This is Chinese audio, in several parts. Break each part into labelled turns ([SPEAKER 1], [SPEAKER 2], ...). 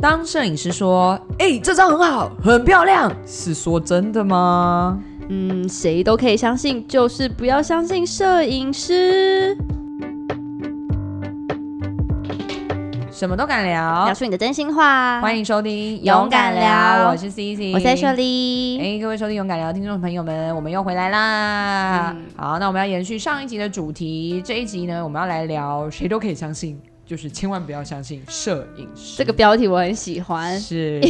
[SPEAKER 1] 当摄影师说：“哎、这张很好，很漂亮。” 是说真的吗？
[SPEAKER 2] 嗯，谁都可以相信，就是不要相信摄影师。
[SPEAKER 1] 什么都敢聊
[SPEAKER 2] 聊，出你的真心话。
[SPEAKER 1] 欢迎收听《
[SPEAKER 2] 勇敢聊
[SPEAKER 1] 我是 C C，
[SPEAKER 2] 我是
[SPEAKER 1] Shirley。
[SPEAKER 2] Shirley。
[SPEAKER 1] 哎、各位收听《勇敢聊》听众朋友们，我们又回来啦！
[SPEAKER 2] 嗯
[SPEAKER 1] 好，那我们要延续上一集的主题，这一集呢，我们要来聊谁都可以相信，就是千万不要相信摄影师
[SPEAKER 2] 这个标题我很喜欢，
[SPEAKER 1] 是，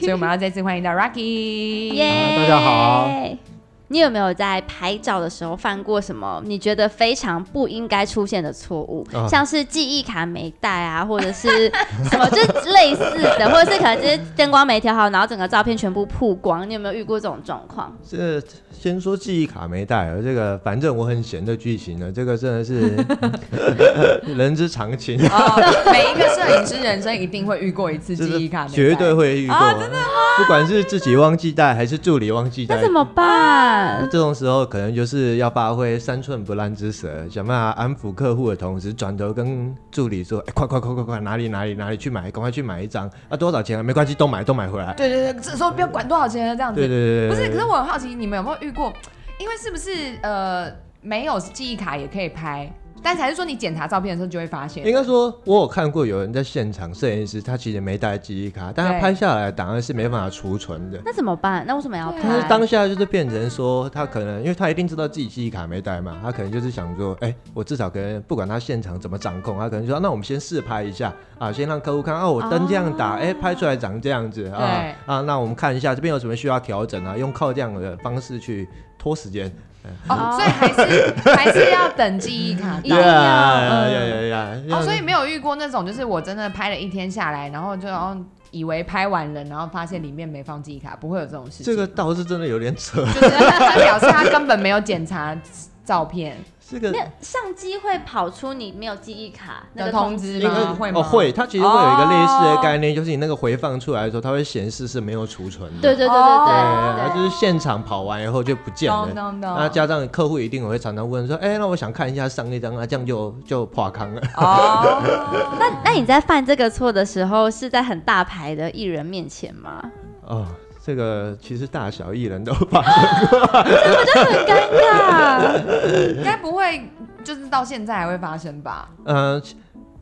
[SPEAKER 1] 所以我们要再次欢迎到 Rocky。
[SPEAKER 2] 耶、
[SPEAKER 3] 啊大家好。
[SPEAKER 2] 你有没有在拍照的时候犯过什么你觉得非常不应该出现的错误？
[SPEAKER 3] 啊
[SPEAKER 2] 像是记忆卡没带啊，或者是 什么，就是类似的，或者是可能就是灯光没调好，然后整个照片全部曝光。你有没有遇过这种状况？
[SPEAKER 3] 这先说记忆卡没带，这个反正我很闲的剧情呢，这个真 的是人之常情，
[SPEAKER 1] 哦，每一个摄影师人生一定会遇过一次
[SPEAKER 3] 就
[SPEAKER 1] 记忆卡
[SPEAKER 3] 是
[SPEAKER 1] 没带，啊
[SPEAKER 3] 绝对会遇过，不管是自己忘记带还是助理忘记带
[SPEAKER 2] 那，怎么办？
[SPEAKER 3] 这种时候可能就是要发挥三寸不烂之舌，想办法安抚客户的同时，转头跟助理说：“哎、快快快快快，哪里哪里哪里去买，赶快去买一张啊，多少钱啊？没关系，都买都买回来。
[SPEAKER 1] 对对对，这时候不要管多少钱了，这样”子。
[SPEAKER 3] 对对对对，
[SPEAKER 1] 不是，
[SPEAKER 3] 对
[SPEAKER 1] 可是我很好奇，你们有没有遇过？因为是不是呃没有记忆卡也可以拍？但是还是说你检查照片的时候就会发现
[SPEAKER 3] 应？该说，我有看过有人在现场，摄影师他其实没带记忆卡，但
[SPEAKER 1] 对
[SPEAKER 3] 他拍下来的档案是没办法储存的。
[SPEAKER 2] 那怎么办？那为什么要
[SPEAKER 1] 对啊
[SPEAKER 3] 但
[SPEAKER 2] 拍
[SPEAKER 3] 是？当下就是变成说，他可能因为他一定知道自己记忆卡没带嘛，他可能就是想说，哎、我至少可能不管他现场怎么掌控，他可能说，那我们先试拍一下啊，先让客户看，哦、我灯这样打，哎、拍出来长这样子啊
[SPEAKER 1] 对
[SPEAKER 3] 啊，那我们看一下这边有什么需要调整啊，用靠这样的方式去拖时间。
[SPEAKER 1] 哦，所以还是还是要等记忆 卡
[SPEAKER 2] 一定要
[SPEAKER 1] 到。
[SPEAKER 2] 嗯
[SPEAKER 3] 呀呀
[SPEAKER 1] 哦，所以没有遇过那种，就是我真的拍了一天下来，然后就哦以为拍完了，然后发现里面没放记忆卡，不会有这种事情。
[SPEAKER 3] 这个倒是真的有点扯，
[SPEAKER 1] 就是他表示他根本没有检查照 片
[SPEAKER 3] 这个
[SPEAKER 2] 没有相机会跑出你没有记忆卡那
[SPEAKER 1] 的
[SPEAKER 2] 个
[SPEAKER 1] 通
[SPEAKER 2] 通
[SPEAKER 1] 知
[SPEAKER 3] 应该
[SPEAKER 1] 吗？会吗？
[SPEAKER 3] 哦，会，它其实会有一个类似
[SPEAKER 1] 哦
[SPEAKER 3] 的概念，就是你那个回放出来的时候，它会显示是没有储存的。
[SPEAKER 2] 对对对对
[SPEAKER 1] 哦
[SPEAKER 3] 对，
[SPEAKER 2] 对
[SPEAKER 3] 然后就是现场跑完以后就不见
[SPEAKER 1] 懂
[SPEAKER 3] 了。
[SPEAKER 1] 懂懂。
[SPEAKER 3] 那加上客户一定会常常问说，哎、那我想看一下上一张啊，这样就就破康了。
[SPEAKER 1] 哦，
[SPEAKER 2] 那那你在犯这个错的时候，是在很大牌的艺人面前吗？
[SPEAKER 3] 哦，这个其实大小艺人都怕，
[SPEAKER 2] 很尴尬。
[SPEAKER 1] 应该不会，就是到现在还会发生吧？
[SPEAKER 3] 嗯、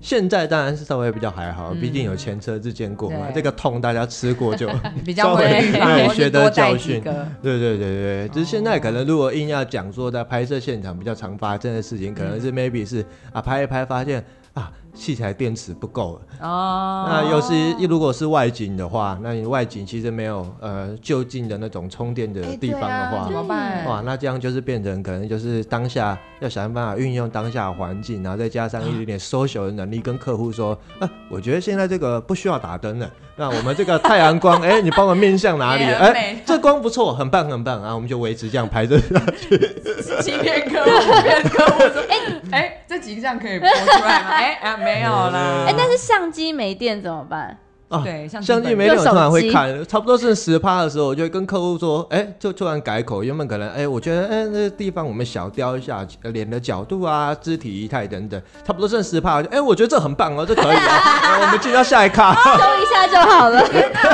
[SPEAKER 3] 现在当然是稍微比较还好，
[SPEAKER 1] 嗯
[SPEAKER 3] 毕竟有前车之鉴过嘛，
[SPEAKER 1] 对
[SPEAKER 3] 这个痛大家吃过就
[SPEAKER 1] 比较会
[SPEAKER 3] 稍微
[SPEAKER 1] 预防，
[SPEAKER 3] 对
[SPEAKER 1] 或是
[SPEAKER 3] 学
[SPEAKER 1] 多
[SPEAKER 3] 得
[SPEAKER 1] 带
[SPEAKER 3] 教
[SPEAKER 1] 几
[SPEAKER 3] 训
[SPEAKER 1] 个。
[SPEAKER 3] 对对对对，只是现在可能如果硬要讲说在拍摄现场比较常发生的事情，可能
[SPEAKER 1] 嗯
[SPEAKER 3] 是 maybe 是啊拍一拍发现啊器材电池不够了，
[SPEAKER 1] 哦，
[SPEAKER 3] 那又是如果是外景的话，那你外景其实没有呃就近的那种充电的
[SPEAKER 1] 哎
[SPEAKER 3] 地方
[SPEAKER 1] 对
[SPEAKER 3] 的
[SPEAKER 1] 啊
[SPEAKER 3] 话
[SPEAKER 1] 怎。么办？
[SPEAKER 3] 哇，那这样就是变成可能就是当下要想办法运用当下的环境，然后再加上一点点 social 的能力，跟客户说，啊，我觉得现在这个不需要打灯了，那我们这个太阳光，哎、你帮我面向哪里？
[SPEAKER 1] 也
[SPEAKER 3] 哎、
[SPEAKER 1] 很美
[SPEAKER 3] 这光不错，很棒很棒啊，我们就维持这样拍着。
[SPEAKER 1] 欺骗客户，骗客户说，哎哎，这几项可 以播出来吗？哎啊，没有啦。
[SPEAKER 2] 哎，但是相机没电怎 么办？
[SPEAKER 3] 啊
[SPEAKER 1] 对相机
[SPEAKER 3] 相
[SPEAKER 1] 本
[SPEAKER 3] 机没
[SPEAKER 2] 人
[SPEAKER 3] 有突然会看，差不多剩十趴的时候，我就会跟客户说，哎、就突然改口，原本可能，哎、我觉得，哎、那个地方我们小雕一下，呃脸的角度啊，肢体仪态等等，差不多剩十趴，我就哎、我觉得这很棒哦，这可以哦，呃我们进到下一卡。
[SPEAKER 2] 修一下就好了。
[SPEAKER 1] 啊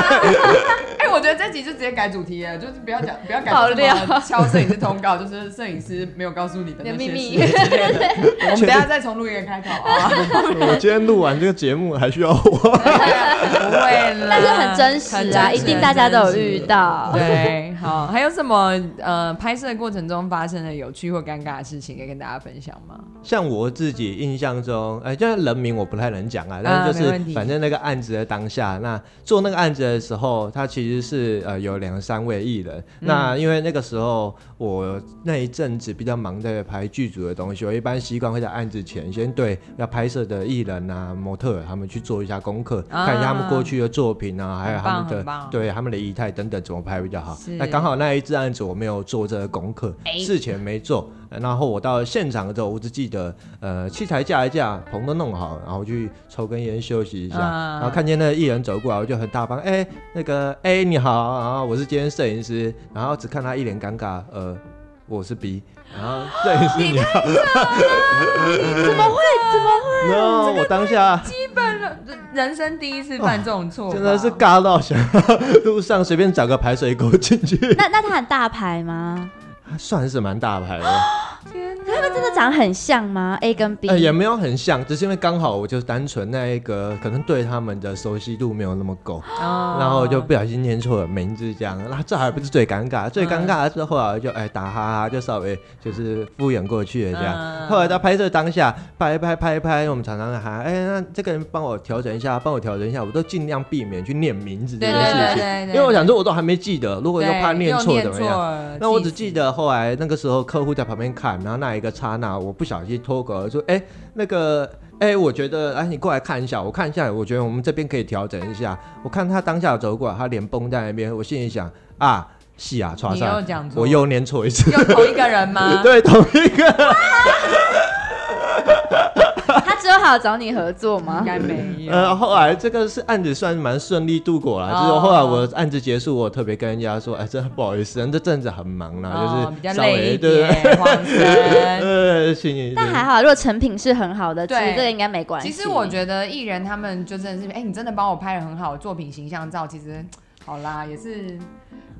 [SPEAKER 1] 哎，我觉得这集就直接改主题了，就是不要讲，不要改
[SPEAKER 2] 爆
[SPEAKER 1] 这
[SPEAKER 2] 料
[SPEAKER 1] 么敲摄影师通告，就是摄影师没有告诉你的那些
[SPEAKER 2] 你的秘密
[SPEAKER 1] 事之类 的我们等一下再重录一个开头啊，
[SPEAKER 3] 我今天录完这个节目还需要我？
[SPEAKER 1] 不会啦，
[SPEAKER 2] 但是很真实啊，
[SPEAKER 1] 很
[SPEAKER 2] 一
[SPEAKER 1] 真
[SPEAKER 2] 定大家都有遇。
[SPEAKER 1] 很
[SPEAKER 2] 到。
[SPEAKER 1] 真实对，好，还有什么呃，拍摄过程中发生的有趣或尴尬的事情可以跟大家分享吗？
[SPEAKER 3] 像我自己印象中，哎、就是人名我不太能讲啊，但是
[SPEAKER 1] 没
[SPEAKER 3] 就
[SPEAKER 1] 问题
[SPEAKER 3] 是反正那个案子的当下，那做那个案子的时候，他其实是呃有两三位艺人。
[SPEAKER 1] 嗯
[SPEAKER 3] 那因为那个时候我那一阵子比较忙在拍剧组的东西，我一般习惯会在案子前先对要拍摄的艺人啊、模特儿他们去做一下功课，
[SPEAKER 1] 啊
[SPEAKER 3] 看一下他们过去的作品啊，还有他们
[SPEAKER 1] 很
[SPEAKER 3] 的
[SPEAKER 1] 棒很棒
[SPEAKER 3] 对他们的仪态等等怎么拍比较好
[SPEAKER 1] 是。
[SPEAKER 3] 那刚好那一次案子我没有做这个功课，
[SPEAKER 1] 哎
[SPEAKER 3] 事前没做，呃然后我到现场之后，我只记得呃器材架一架，棚都弄好，然后去抽根烟休息一下，
[SPEAKER 1] 啊
[SPEAKER 2] 嗯
[SPEAKER 3] 然后看见那个艺人走过来，我就很大方，哎、那个哎、你好，然后我是今天摄影师，然后只看他一脸尴尬，呃我是 B，然 后摄影师 你好，
[SPEAKER 2] 怎么会？怎么会？
[SPEAKER 3] 然后我当下
[SPEAKER 1] 基本人人生第一次犯这种错吧，
[SPEAKER 3] 真
[SPEAKER 2] 啊
[SPEAKER 3] 的是尬到想路上随便找个排水沟进去，
[SPEAKER 2] 那那它很大牌吗？
[SPEAKER 3] 算是蛮大牌的。
[SPEAKER 1] 啊天哪！
[SPEAKER 2] 它们真的长得很像吗？A 跟 B？
[SPEAKER 3] 呃，也没有很像，只是因为刚好我就单纯那一个，可能对他们的熟悉度没有那么够，
[SPEAKER 1] 哦
[SPEAKER 3] 然后就不小心念错了名字这样。那这还不是最尴
[SPEAKER 1] 嗯
[SPEAKER 3] 尬，最尴尬的是后来就哎打哈哈，就稍微就是敷衍过去了这
[SPEAKER 1] 嗯
[SPEAKER 3] 样。后来在拍摄当下，拍一拍拍一拍，我们常常喊哎，那这个人帮我调整一下，帮我调整一下，我都尽量避免去念名字这
[SPEAKER 1] 对
[SPEAKER 3] 件
[SPEAKER 1] 对
[SPEAKER 3] 事
[SPEAKER 1] 对
[SPEAKER 3] 情，
[SPEAKER 1] 对对，
[SPEAKER 3] 因为我想说我都还没记得，如果又
[SPEAKER 1] 对
[SPEAKER 3] 怕念
[SPEAKER 1] 又
[SPEAKER 3] 错怎么样？
[SPEAKER 1] 错
[SPEAKER 3] 那我只
[SPEAKER 1] 记
[SPEAKER 3] 记得后来那个时候客户在旁边看，然后那一个刹那，我不小心脱口而出：“哎、那个，哎、我觉得，哎、你过来看一下，我看一下，我觉得我们这边可以调整一下。”我看他当下走过来，他脸绷在那边，我心里想啊，是啊，刷
[SPEAKER 1] 你又啊
[SPEAKER 3] 上，
[SPEAKER 1] 讲错，
[SPEAKER 3] 我又念错 一次，
[SPEAKER 1] 又同一个人吗？
[SPEAKER 3] 对，同一 个，
[SPEAKER 2] 它之后还有找你合作吗
[SPEAKER 1] 应？该没有。
[SPEAKER 3] 呃，后来这个是案子算蛮顺利度过了，
[SPEAKER 1] 哦
[SPEAKER 3] 就是后来我案子结束，我特别跟人家说，哎、真的不好意思，这阵子很忙啦，
[SPEAKER 1] 哦比
[SPEAKER 3] 啊就
[SPEAKER 1] 较
[SPEAKER 3] 是稍微
[SPEAKER 1] 累一
[SPEAKER 3] 对对
[SPEAKER 1] 点，黄
[SPEAKER 3] 对，
[SPEAKER 1] 生。
[SPEAKER 3] 呃，请
[SPEAKER 2] 但还好，如果成品是很好的，其
[SPEAKER 1] 对
[SPEAKER 2] 实这个应该没关系。
[SPEAKER 1] 其实我觉得艺人他们就真的是，哎、你真的帮我拍了很好的作品形象照，其实好啦，也是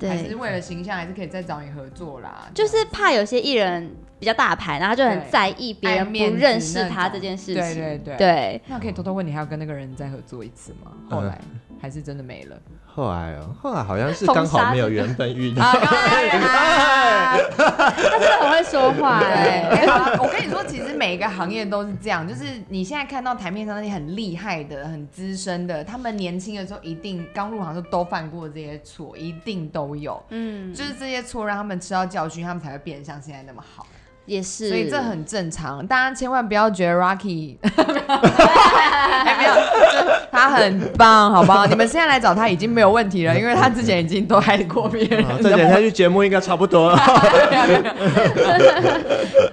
[SPEAKER 1] 还是
[SPEAKER 2] 对，
[SPEAKER 1] 为了形象，还是可以再找你合作啦。
[SPEAKER 2] 就是怕有些艺人比较大牌，然后就很
[SPEAKER 1] 对
[SPEAKER 2] 在意别人
[SPEAKER 1] 爱面
[SPEAKER 2] 不
[SPEAKER 1] 子
[SPEAKER 2] 认识
[SPEAKER 1] 那
[SPEAKER 2] 他
[SPEAKER 1] 种
[SPEAKER 2] 这件事
[SPEAKER 1] 对
[SPEAKER 2] 情。
[SPEAKER 1] 对对。
[SPEAKER 2] 对
[SPEAKER 1] 那我可以偷偷问你，还要跟那个人再合作一次吗？后来、还是真的没了
[SPEAKER 3] 后来哦，后来好像是
[SPEAKER 2] 封
[SPEAKER 3] 刚好
[SPEAKER 2] 杀
[SPEAKER 3] 没
[SPEAKER 2] 这
[SPEAKER 3] 有
[SPEAKER 2] 个
[SPEAKER 3] 缘分遇到。
[SPEAKER 1] 啊！刚刚啊
[SPEAKER 2] 他真的很会说话
[SPEAKER 1] 对，
[SPEAKER 2] 哎、
[SPEAKER 1] 哎好我跟你说，其实每一个行业都是这样，就是你现在看到台面上那些很厉害的、很资深的，他们年轻的时候一定刚入行就都犯过这些错，一定都有。
[SPEAKER 2] 嗯，
[SPEAKER 1] 就是这些错让他们吃到教训，他们才会变得像现在那么好，
[SPEAKER 2] 也是，
[SPEAKER 1] 所以这很正常。大家千万不要觉得 Rocky 还没有，就是他很棒，好不好？你们现在来找他已经没有问题了，因为他之前已经都害过别人
[SPEAKER 3] 啊
[SPEAKER 1] 了。
[SPEAKER 3] 再讲下去节目应该差不多 了。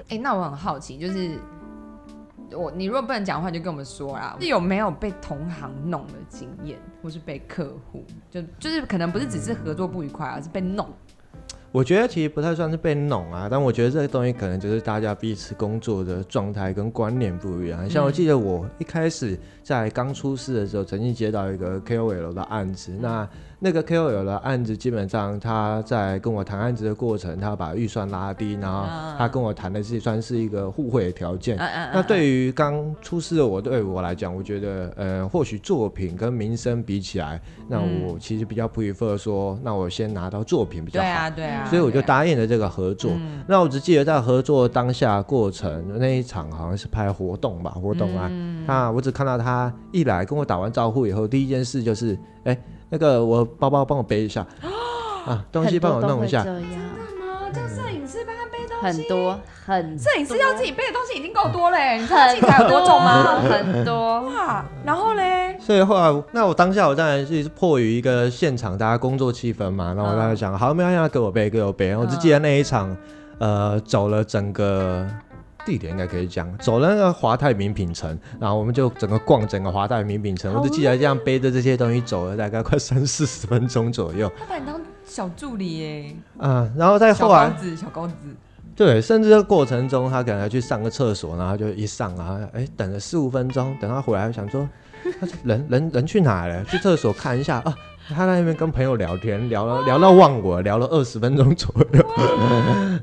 [SPEAKER 1] 哎、那我很好奇，就是我你如果不能讲话，你就跟我们说啦。是有没有被同行弄的经验，或是被客户就就是可能不是只是合作不愉快，而啊是被弄。
[SPEAKER 3] 我觉得其实不太算是被弄啊，但我觉得这个东西可能就是大家彼此工作的状态跟观念不一
[SPEAKER 2] 嗯
[SPEAKER 3] 样。像我记得我一开始在刚出事的时候，曾经接到一个 KOL 的案子，
[SPEAKER 2] 嗯
[SPEAKER 3] 那那个 KOL 的案子基本上他在跟我谈案子的过程，他把预算拉低，然后
[SPEAKER 2] 啊
[SPEAKER 3] 他跟我谈的是算是一个互惠的条件
[SPEAKER 1] 嗯。嗯
[SPEAKER 3] 那对于刚出师的我，对我来讲，我觉得，呃，或许作品跟名声比起来，那我其实比较 prefer 说，那我先拿到作品比较
[SPEAKER 1] 嗯对
[SPEAKER 3] 好。
[SPEAKER 1] 啊对啊，
[SPEAKER 3] 所以我就
[SPEAKER 1] 对啊嗯
[SPEAKER 3] 答应了这个合作。那我只记得在合作当下过程，那一场好像是拍活动吧，活动啊。
[SPEAKER 1] 嗯
[SPEAKER 3] 那我只看到他一来跟我打完招呼以后，第一件事就是，哎、那个我包包帮我背一 下，啊，东西帮我弄一下
[SPEAKER 2] 很。多都会这样
[SPEAKER 1] 干嘛叫摄影师帮他背东西？啊
[SPEAKER 2] 很多很
[SPEAKER 1] 摄影师要自己背的东西已经够多嘞，你知道
[SPEAKER 2] 很
[SPEAKER 1] 器材有多重吗？
[SPEAKER 2] 啊很多，
[SPEAKER 1] 哇，然后嘞，
[SPEAKER 3] 所以后来，那我当下我当然是迫于一个现场大家工作气氛嘛，那我当时想，好，没关系，啊那给我背，给我背。我只记得那一场，呃，走了整个地点应该可以讲，走了那个华泰名品城，然后我们就整个逛整个华泰名品城，
[SPEAKER 2] 好
[SPEAKER 3] 我只记得这样背着这些东西走了大概快三四十分钟左右，
[SPEAKER 1] 他把你当小助理耶，
[SPEAKER 3] 嗯，然后再
[SPEAKER 1] 小
[SPEAKER 3] 后
[SPEAKER 1] 高
[SPEAKER 3] 来，
[SPEAKER 1] 子，小高子，
[SPEAKER 3] 对，甚至这个过程中，他可能还去上个厕所，然后他就一上啊，哎，等了四五分钟，等他回来，想 说，他说人人人去哪了？去厕所看一下啊。他在那边跟朋友聊天，聊了聊到忘我，聊了二十分钟左 右。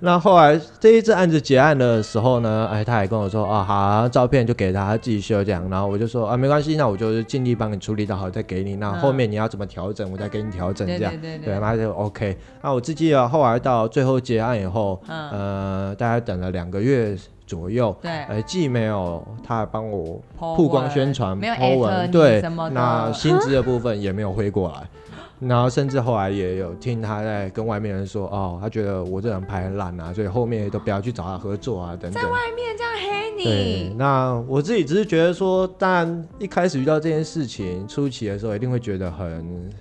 [SPEAKER 3] 那后来这一次案子结案的时候呢，哎，他还跟我说啊，好，照片就给他，他自己修这样。然后我就说啊，没关系，那我就是尽力帮你处理到好，再给你。那后面你要怎么调整，我再给你调整
[SPEAKER 1] 对
[SPEAKER 3] 这样
[SPEAKER 1] 嗯对。对
[SPEAKER 3] 对，
[SPEAKER 1] 对，
[SPEAKER 3] 然后就 OK。那我自己啊，后来到最后结案以后，
[SPEAKER 1] 嗯
[SPEAKER 3] 呃，大概等了两个月左右，
[SPEAKER 1] 对，
[SPEAKER 3] 呃，既没有他帮我
[SPEAKER 1] Po
[SPEAKER 3] 曝光
[SPEAKER 1] 文
[SPEAKER 3] 宣传、
[SPEAKER 1] 没有
[SPEAKER 3] po 文，
[SPEAKER 1] at 你
[SPEAKER 3] 对
[SPEAKER 1] 什么，的哎
[SPEAKER 3] 那薪资的部分也没有汇过来。然后甚至后来也有听他在跟外面人说，哦，他觉得我这人拍很烂啊，所以后面都不要去找他合作啊，等等。
[SPEAKER 1] 外面这样黑
[SPEAKER 3] 对，
[SPEAKER 1] 你，
[SPEAKER 3] 那我自己只是觉得说，当然一开始遇到这件事情，初期的时候一定会觉得很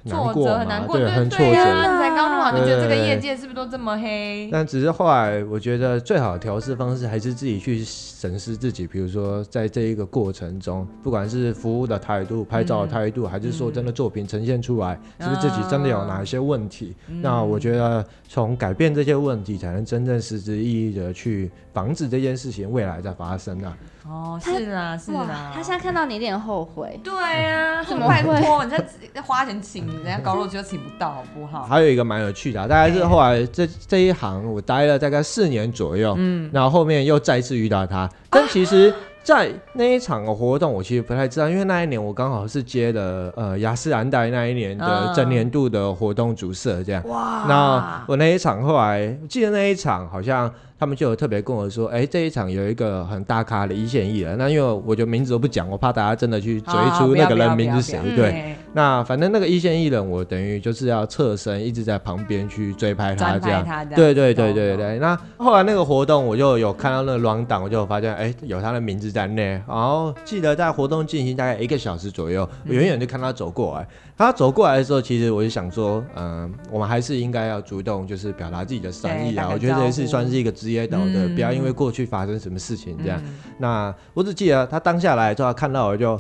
[SPEAKER 3] 难
[SPEAKER 1] 挫
[SPEAKER 3] 过
[SPEAKER 1] 折
[SPEAKER 3] 嘛，
[SPEAKER 1] 很难过，
[SPEAKER 3] 对，很
[SPEAKER 1] 对
[SPEAKER 3] 挫
[SPEAKER 1] 对啊
[SPEAKER 3] 折。
[SPEAKER 1] 呀，你才刚入行，你觉得这个
[SPEAKER 3] 对
[SPEAKER 1] 业界是不是都这么黑？
[SPEAKER 3] 但只是后来，我觉得最好的调试方式还是自己去审视自己。比如说，在这一个过程中，不管是服务的态度、拍照的态度，还是说真的作品呈现出来，
[SPEAKER 1] 嗯
[SPEAKER 3] 是不是自己真的有哪一些问题？那我觉得从改变这些问题，才能真正实质意义的去防止这件事情未来再发生。生啊。
[SPEAKER 1] 哦，
[SPEAKER 2] 他
[SPEAKER 1] 是啦是啦
[SPEAKER 2] 哇，，他现在看到你有点后悔。
[SPEAKER 1] 对啊，
[SPEAKER 2] 怎么
[SPEAKER 1] 拜
[SPEAKER 2] 会
[SPEAKER 1] 托，你在花钱请人家高露洁都请不到，好不好？
[SPEAKER 3] 还有一个蛮有趣的啊、大概是后来这这一行我待了大概四年左右，嗯，然后后面又再次遇到他，但其
[SPEAKER 1] 啊
[SPEAKER 3] 实。在那一场的活动，我其实不太知道，因为那一年我刚好是接了呃雅诗兰黛那一年的
[SPEAKER 1] 嗯
[SPEAKER 3] 整年度的活动主社这样。
[SPEAKER 1] 哇
[SPEAKER 3] 那我那一场后来，我记得那一场好像他们就有特别跟我说，哎、这一场有一个很大咖的一线艺人，那因为我就名字都不讲，我怕大家真的去追
[SPEAKER 1] 好
[SPEAKER 3] 出
[SPEAKER 1] 啊不
[SPEAKER 3] 那
[SPEAKER 1] 要
[SPEAKER 3] 个
[SPEAKER 1] 不要
[SPEAKER 3] 人
[SPEAKER 1] 不
[SPEAKER 3] 名
[SPEAKER 1] 要
[SPEAKER 3] 是
[SPEAKER 1] 不
[SPEAKER 3] 谁
[SPEAKER 1] 要。嗯
[SPEAKER 3] 对，
[SPEAKER 1] 对，
[SPEAKER 3] 那反正那个一线艺人，我等于就是要侧身一直在旁边去追拍他
[SPEAKER 1] 专
[SPEAKER 3] 这
[SPEAKER 1] 拍
[SPEAKER 3] 样。
[SPEAKER 1] 他这样，哦
[SPEAKER 3] 对对对对
[SPEAKER 1] 懂
[SPEAKER 3] 对，那后来那个活动我就有看到那个 run 档，我就有发现哎、有他的名字在内，然后记得在活动进行大概一个小时左右，
[SPEAKER 1] 嗯
[SPEAKER 3] 我远远就看他走过来，他走过来的时候，其实我就想说，嗯、我们还是应该要主动就是表达自己的善意
[SPEAKER 1] 对打
[SPEAKER 3] 啊，
[SPEAKER 1] 个
[SPEAKER 3] 我觉得这一次
[SPEAKER 1] 招呼
[SPEAKER 3] 算是一个职业道德，
[SPEAKER 1] 嗯
[SPEAKER 3] 不要因为过去发生什么事情这样。
[SPEAKER 1] 嗯
[SPEAKER 3] 那我只记得他当下来之后，他看到我就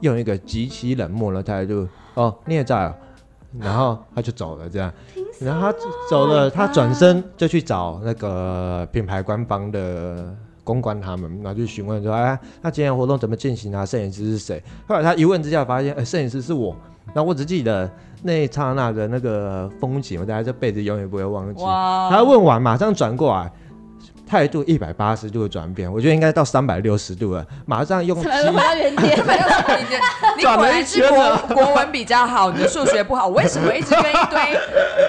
[SPEAKER 3] 用一个极其冷漠的态度，哦，你也在、啊，然后他就走了这样。然后他走了，他转身就去找那个品牌官方的。公关他们，然后就询问说：“哎，那今天活动怎么进行啊？摄影师是谁？”后来他一问之下发现，哎，摄影师是我。那我只记得那一刹那的那个风景，我大概这辈子永远不会忘记。
[SPEAKER 1] 哇，
[SPEAKER 3] 他问完马上转过来，态度一百八十度的转变，我觉得应该到三百六十度了，马上用
[SPEAKER 2] 怎
[SPEAKER 3] 肌
[SPEAKER 2] 么回到原点？
[SPEAKER 1] 你的 你果然是国国文比较好，你的数学不好。为什么一直跟一堆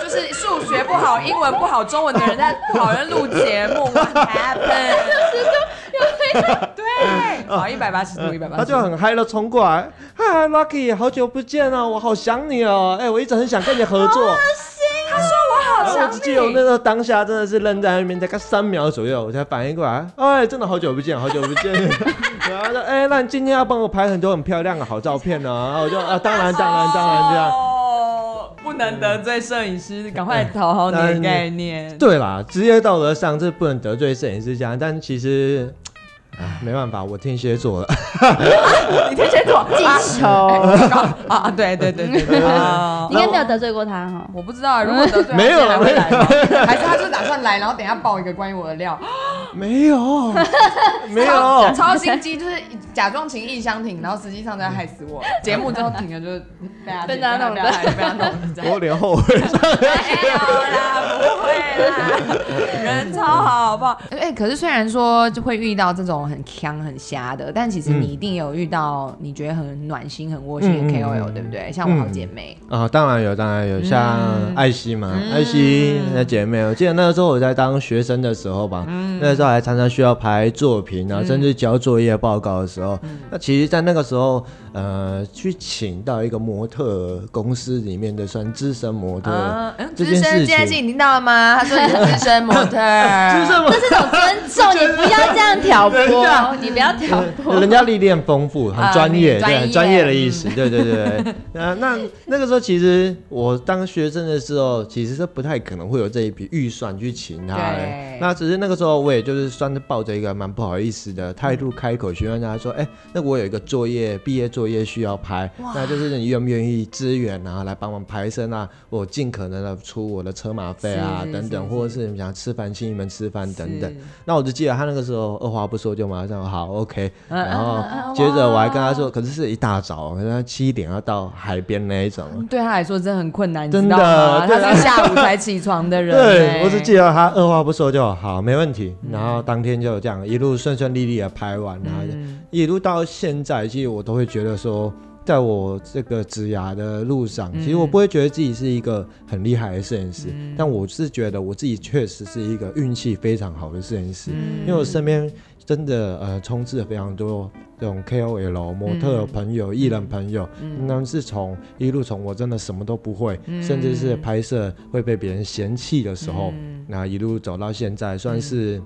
[SPEAKER 1] 就是数学不好、英文不好、中文的人在讨论录节目？What happened？对，好，一百八十度，一百八
[SPEAKER 3] 他
[SPEAKER 1] 十
[SPEAKER 3] 就
[SPEAKER 1] 度。
[SPEAKER 3] 很嗨的冲过来，嗨，Lucky，好久不见啊，我好想你哦，哎、我一直很想跟你合作。啊
[SPEAKER 1] 他说我好
[SPEAKER 3] 然
[SPEAKER 1] 哦
[SPEAKER 3] 后我
[SPEAKER 1] 想
[SPEAKER 3] 只记得我那
[SPEAKER 1] 你，
[SPEAKER 3] 时候当下真的是愣在那边，大概三秒左右，我才反应过来，哎，真的好久不见，好久不见。 然后他说，哎，那你今天要帮我拍很多很漂亮的好照片呢、然后我就啊，当然，当然，当然这样。嗯
[SPEAKER 1] 哦，不能得罪摄影师，赶快讨好你的概念。
[SPEAKER 3] 对啦，职业道德上这不能得罪摄影师这样，但其实，唉没办法，我天蝎座的，
[SPEAKER 1] 你天 蝎座，
[SPEAKER 2] 记仇，
[SPEAKER 1] 啊啊，对对对对
[SPEAKER 3] 嗯
[SPEAKER 1] 对，啊
[SPEAKER 2] 你应该没有得罪过他哈。
[SPEAKER 1] 我不知道，如果得罪他
[SPEAKER 3] 没有
[SPEAKER 1] 今天还会
[SPEAKER 3] 没有
[SPEAKER 1] 来吗？ 还是他就是打算来，然后等一下爆一个关于我的料，
[SPEAKER 3] 没有，没
[SPEAKER 1] 超
[SPEAKER 3] 有。
[SPEAKER 1] 超心机，就是假装情意相挺，然后实际上在害死我。节目之后停了，就是 被他
[SPEAKER 2] 被他弄的
[SPEAKER 1] 被他被他弄的这样。
[SPEAKER 3] 我脸后悔，
[SPEAKER 1] 没有啦，不会啦，人超好，好不好？ 哎、可是虽然说就会遇到这种很强很瞎的，但其实你一定有遇到你觉得很暖心、很窝心的
[SPEAKER 3] 嗯嗯
[SPEAKER 1] KOL，、
[SPEAKER 3] 嗯
[SPEAKER 1] 对不对？像我好姐妹，
[SPEAKER 3] 啊、当然有，当然有，像艾希嘛，艾希那姐妹，我记得那个时候我在当学生的时候吧，那个时候还常常需要排作品啊，甚至交作业报告的时候，那其实，在那个时候，呃，去请到一个模特儿公司里面的算资深模特儿，
[SPEAKER 1] 嗯，嗯
[SPEAKER 3] 这
[SPEAKER 1] 资
[SPEAKER 3] 件
[SPEAKER 1] 深
[SPEAKER 3] 事
[SPEAKER 1] 这件事
[SPEAKER 3] 情
[SPEAKER 1] 情听到了吗？他说你是资深模特儿，
[SPEAKER 3] 资深模特
[SPEAKER 2] 这是种尊重，你不要这样挑
[SPEAKER 3] 等一
[SPEAKER 2] 拨
[SPEAKER 3] 下，
[SPEAKER 2] 你不要挑拨。
[SPEAKER 3] 人家历练丰富，很
[SPEAKER 1] 啊
[SPEAKER 3] 专业，
[SPEAKER 1] 专
[SPEAKER 3] 对，
[SPEAKER 1] 业嗯
[SPEAKER 3] 很专业的意思，对对对。 对啊，那那个时候其实我当学生的时候，其实是不太可能会有这一笔预算去请他的
[SPEAKER 1] 对。
[SPEAKER 3] 那只是那个时候我也就是算是抱着一个蛮不好意思的态度开口询问他说，哎，那我有一个作业，毕业作业需要拍，那就是你愿不愿意支援啊，来帮忙拍摄啊？我尽可能的出我的车马费啊
[SPEAKER 1] 是，是
[SPEAKER 3] 等等，
[SPEAKER 1] 是
[SPEAKER 3] 或者是你们想吃饭请你们吃饭等等
[SPEAKER 1] 是。
[SPEAKER 3] 那我就记得他那个时候二话不说就马上好 OK，
[SPEAKER 1] 嗯
[SPEAKER 3] 然后接着我还跟他说，可是是一大早，可能七点要到海边那一种。
[SPEAKER 1] 嗯对他来说真的很困难，你
[SPEAKER 3] 真
[SPEAKER 1] 知
[SPEAKER 3] 的
[SPEAKER 1] 道吗？
[SPEAKER 3] 对啊
[SPEAKER 1] 他是下午才起床的人、哎
[SPEAKER 3] 对，我只记
[SPEAKER 1] 得。
[SPEAKER 3] 得他二话不说就好，没问题。然后当天就这样一路顺顺利利的拍完，
[SPEAKER 1] 嗯
[SPEAKER 3] 然后一路到现在，其实我都会觉得说，在我这个职涯的路上，其实我不会觉得自己是一个很厉害的摄影师，
[SPEAKER 1] 嗯
[SPEAKER 3] 但我是觉得我自己确实是一个运气非常好的摄影师。
[SPEAKER 2] 嗯
[SPEAKER 3] 因为我身边真的呃充斥了非常多这种 KOL 模特儿朋友、艺、人朋友，那、们是从一路从我真的什么都不会，甚至是拍摄会被别人嫌弃的时候，那、一路走到现在，算是、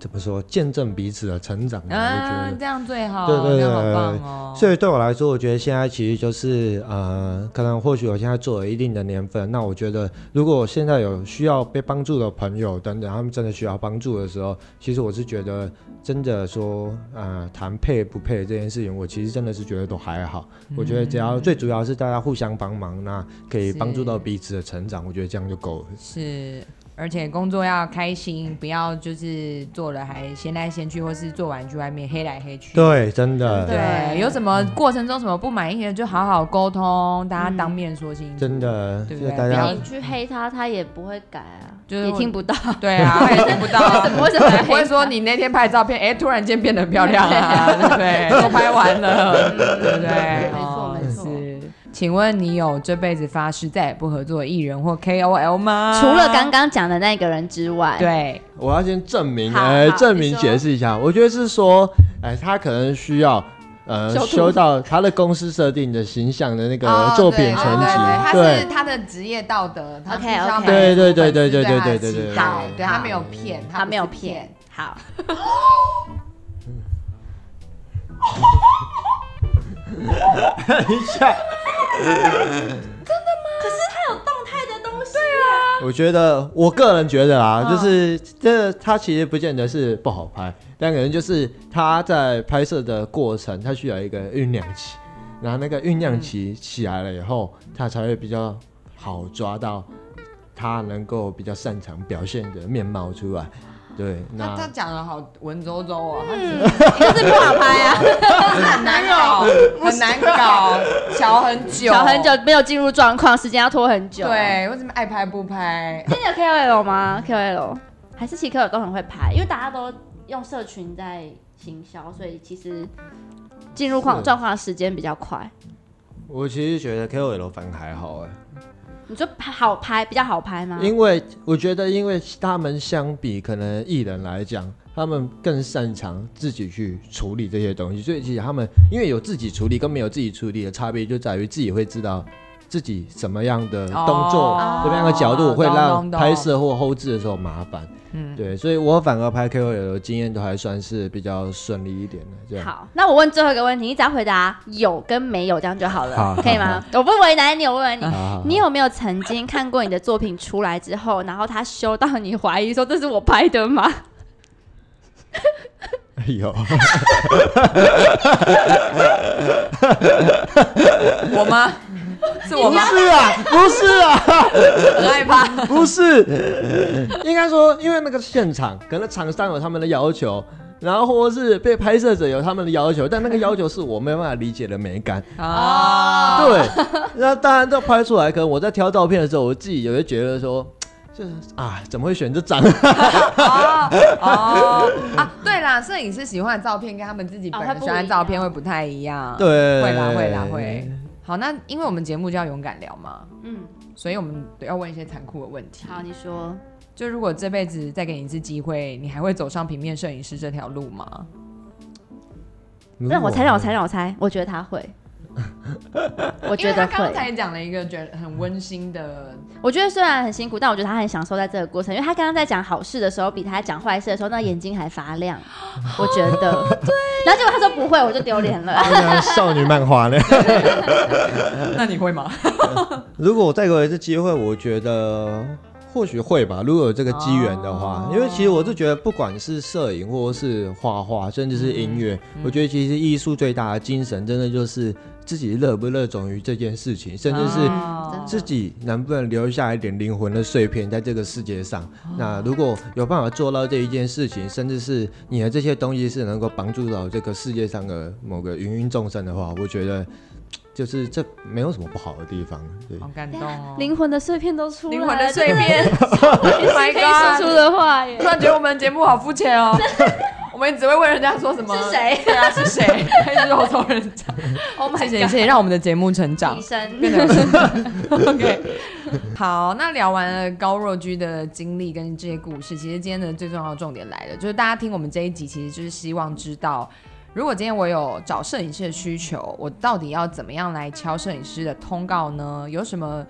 [SPEAKER 3] 怎么说见证彼此的成长吧，我
[SPEAKER 1] 啊
[SPEAKER 3] 觉，得。
[SPEAKER 1] 这样最好，
[SPEAKER 3] 对
[SPEAKER 1] 这
[SPEAKER 3] 对
[SPEAKER 1] 样好
[SPEAKER 3] 对
[SPEAKER 1] 棒哦。
[SPEAKER 3] 所以对我来说，我觉得现在其实就是呃，可能或许我现在做了一定的年份，那我觉得如果我现在有需要被帮助的朋友等等，他们真的需要帮助的时候，其实我是觉得真的说呃，谈配不配这件事情，我其实真的是觉得都还好。我觉得只要最主要是大家互相帮忙，那可以帮助到彼此的成长，我觉得这样就够了。
[SPEAKER 1] 是，而且工作要开心，不要就是做了还闲来闲去，或是做完去外面黑来黑去。
[SPEAKER 3] 对，嗯真
[SPEAKER 2] 真的
[SPEAKER 3] 的，
[SPEAKER 1] 对，
[SPEAKER 2] 对
[SPEAKER 1] 有什么过程中什么不满意的，就好好沟通，大家当面说清楚。
[SPEAKER 3] 嗯真的，
[SPEAKER 1] 对
[SPEAKER 3] 就
[SPEAKER 1] 不对
[SPEAKER 3] 是大
[SPEAKER 1] 不
[SPEAKER 3] 家
[SPEAKER 1] 要
[SPEAKER 2] 你去黑他，他也不会改啊，
[SPEAKER 1] 就是
[SPEAKER 2] 也听不到。
[SPEAKER 1] 对啊，他也听不到啊。
[SPEAKER 2] 怎么 为什么要黑他
[SPEAKER 1] 不会说你那天拍的照片，哎、突然间变得很漂亮啊，对不对？都拍完了， 对不对？
[SPEAKER 2] 没错
[SPEAKER 1] 哦
[SPEAKER 2] 没错
[SPEAKER 1] 是。请问你有这辈子发誓再也不合作的艺人或 KOL 吗？
[SPEAKER 2] 除了刚刚讲的那个人之外，
[SPEAKER 1] 对，
[SPEAKER 3] 我要先证明，
[SPEAKER 2] 好
[SPEAKER 3] 呃，
[SPEAKER 2] 好
[SPEAKER 3] 证
[SPEAKER 2] 你
[SPEAKER 3] 明
[SPEAKER 2] 说
[SPEAKER 3] 解释一下，我觉得是说，哎，他可能需要。呃
[SPEAKER 2] 修，图
[SPEAKER 3] 修到他的公司设定的形象的那个
[SPEAKER 1] 哦
[SPEAKER 3] 作品
[SPEAKER 1] 对
[SPEAKER 3] 层
[SPEAKER 1] 对
[SPEAKER 3] 级
[SPEAKER 1] 对，他是
[SPEAKER 3] 对
[SPEAKER 1] 他的职业道德。他
[SPEAKER 2] OK，
[SPEAKER 1] 必须要
[SPEAKER 2] OK
[SPEAKER 1] 满足
[SPEAKER 3] 对对对
[SPEAKER 1] 粉丝对
[SPEAKER 3] 对对
[SPEAKER 1] 他的
[SPEAKER 3] 对对
[SPEAKER 1] 期
[SPEAKER 3] 对对
[SPEAKER 1] 待
[SPEAKER 3] 对
[SPEAKER 1] 对他没有骗，
[SPEAKER 2] 他
[SPEAKER 1] 不
[SPEAKER 2] 没
[SPEAKER 1] 是
[SPEAKER 2] 有骗。。好，
[SPEAKER 3] 一下。 我觉得，我个人觉得啦，就是这他其实不见得是不好拍，但可能就是他在拍摄的过程，他需要一个酝酿期，然后那个酝酿期起来了以后，他才会比较好抓到他能够比较擅长表现的面貌出来。对，
[SPEAKER 1] 他
[SPEAKER 3] 那
[SPEAKER 1] 他讲的好文绉绉哦，他
[SPEAKER 2] 嗯就是不好拍 啊，哦
[SPEAKER 1] 很难搞，很难 搞，瞧很久，
[SPEAKER 2] 小很久没有进入状况，时间要拖很久。，
[SPEAKER 1] 对，为什么爱拍不拍？
[SPEAKER 2] 那你有 KOL 吗？KOL 还是其实 KOL 都很会拍，因为大家都用社群在行销，所以其实进入况
[SPEAKER 3] 是
[SPEAKER 2] 状况的时间比较快。
[SPEAKER 3] 我其实觉得 KOL 反而还好哎、
[SPEAKER 2] 你说拍好拍比较好拍吗？
[SPEAKER 3] 因为我觉得，因为他们相比可能艺人来讲，他们更擅长自己去处理这些东西，所以其实他们因为有自己处理跟没有自己处理的差别，就在于自己会知道自己什么样的动作、
[SPEAKER 2] 哦
[SPEAKER 3] 什么样的角度会让拍。
[SPEAKER 1] 懂懂懂
[SPEAKER 3] 摄或后置的时候麻烦。
[SPEAKER 1] 嗯
[SPEAKER 3] 对，所以我反而拍 KOL 的经验都还算是比较顺利一点的，这样。
[SPEAKER 2] 好，那我问最后一个问题，你只要回答有跟没有，这样就好了，
[SPEAKER 3] 好
[SPEAKER 2] 可以吗？我不为难你，我不为难你。
[SPEAKER 3] 好好好
[SPEAKER 2] 你有没有曾经看过你的作品出来之后，然后他修到你怀疑说这是我拍的吗？
[SPEAKER 3] 有
[SPEAKER 1] 我 吗？是我
[SPEAKER 3] 不
[SPEAKER 1] 吗？
[SPEAKER 3] 是啊，不是啊。
[SPEAKER 1] 很害怕。
[SPEAKER 3] 不是，应该说，因为那个现场可能厂商有他们的要求，然后或是被拍摄者有他们的要求，但那个要求是我没有办法理解的美 感。
[SPEAKER 1] 啊，
[SPEAKER 2] 哦
[SPEAKER 3] 对，那当然这拍出来，可能我在挑照片的时候，我自己也会觉得说，就是啊，怎么会选这张？
[SPEAKER 1] 哦 哦啊，对啦，摄影师喜欢的照片跟他们自己本
[SPEAKER 2] 哦会
[SPEAKER 1] 人
[SPEAKER 2] 不
[SPEAKER 1] 喜欢的照片会不太一样。，
[SPEAKER 3] 对，
[SPEAKER 1] 会啦会啦会。。好，那因为我们节目叫勇敢聊嘛，
[SPEAKER 2] 嗯，
[SPEAKER 1] 所以我们要问一些残酷的问题。
[SPEAKER 2] 好，你说。
[SPEAKER 1] 就如果这辈子再给你一次机会，你还会走上平面摄影师这条路吗？
[SPEAKER 3] 嗯
[SPEAKER 2] 让我猜，让我猜，。让我猜，我觉得他会，我
[SPEAKER 1] 我
[SPEAKER 2] 觉得
[SPEAKER 1] 他刚
[SPEAKER 2] 会。
[SPEAKER 1] 才讲了一个觉得很温馨的，
[SPEAKER 2] 我觉得虽然很辛苦，但我觉得他很享受在这个过程，因为他刚刚在讲好事的时候，比他讲坏事的时候，那眼睛还发 亮。我觉得，对。然后结果他说不会，我就丢脸了。
[SPEAKER 3] 那少女漫画呢？
[SPEAKER 1] 那你会 吗？
[SPEAKER 3] 如果我再给我一次机会，我觉得或许会吧。如果有这个机缘的话，
[SPEAKER 1] 哦
[SPEAKER 3] 因为其实我是觉得，不管是摄影，或是画画，甚至是音
[SPEAKER 1] 嗯
[SPEAKER 3] 乐，我觉得其实艺术最大的精神，真的就是自己热不热衷于这件事情，甚至是。
[SPEAKER 1] 哦
[SPEAKER 3] 自己能不能留下一点灵魂的碎片在这个世界上？
[SPEAKER 1] 哦
[SPEAKER 3] 那如果有办法做到这一件事情，甚至是你的这些东西是能够帮助到这个世界上的某个芸芸众生的话，我觉得就是这没有什么不好的地方。对，
[SPEAKER 1] 好感动哦，
[SPEAKER 2] 灵魂的碎片都出来了，
[SPEAKER 1] 灵魂的碎片
[SPEAKER 2] 就是
[SPEAKER 1] ，My
[SPEAKER 2] 可以说
[SPEAKER 1] God！
[SPEAKER 2] 出的话耶
[SPEAKER 1] 突。然觉得我们节目好肤浅 哦，我们只会问人家说什么
[SPEAKER 2] 是谁
[SPEAKER 1] 对啊，是谁？一直肉搜人家。
[SPEAKER 2] Oh my
[SPEAKER 1] 谢谢，
[SPEAKER 2] god！
[SPEAKER 1] 谢谢，让我们的节目成长
[SPEAKER 2] 医。生，
[SPEAKER 1] 变得 OK，好，那聊完了高若居的经历跟这些故事，其实今天的最重要的重点来了，就是大家听我们这一集，其实就是希望知道，如果今天我有找摄影师的需求，我到底要怎么样来敲摄影师的通告呢？有什么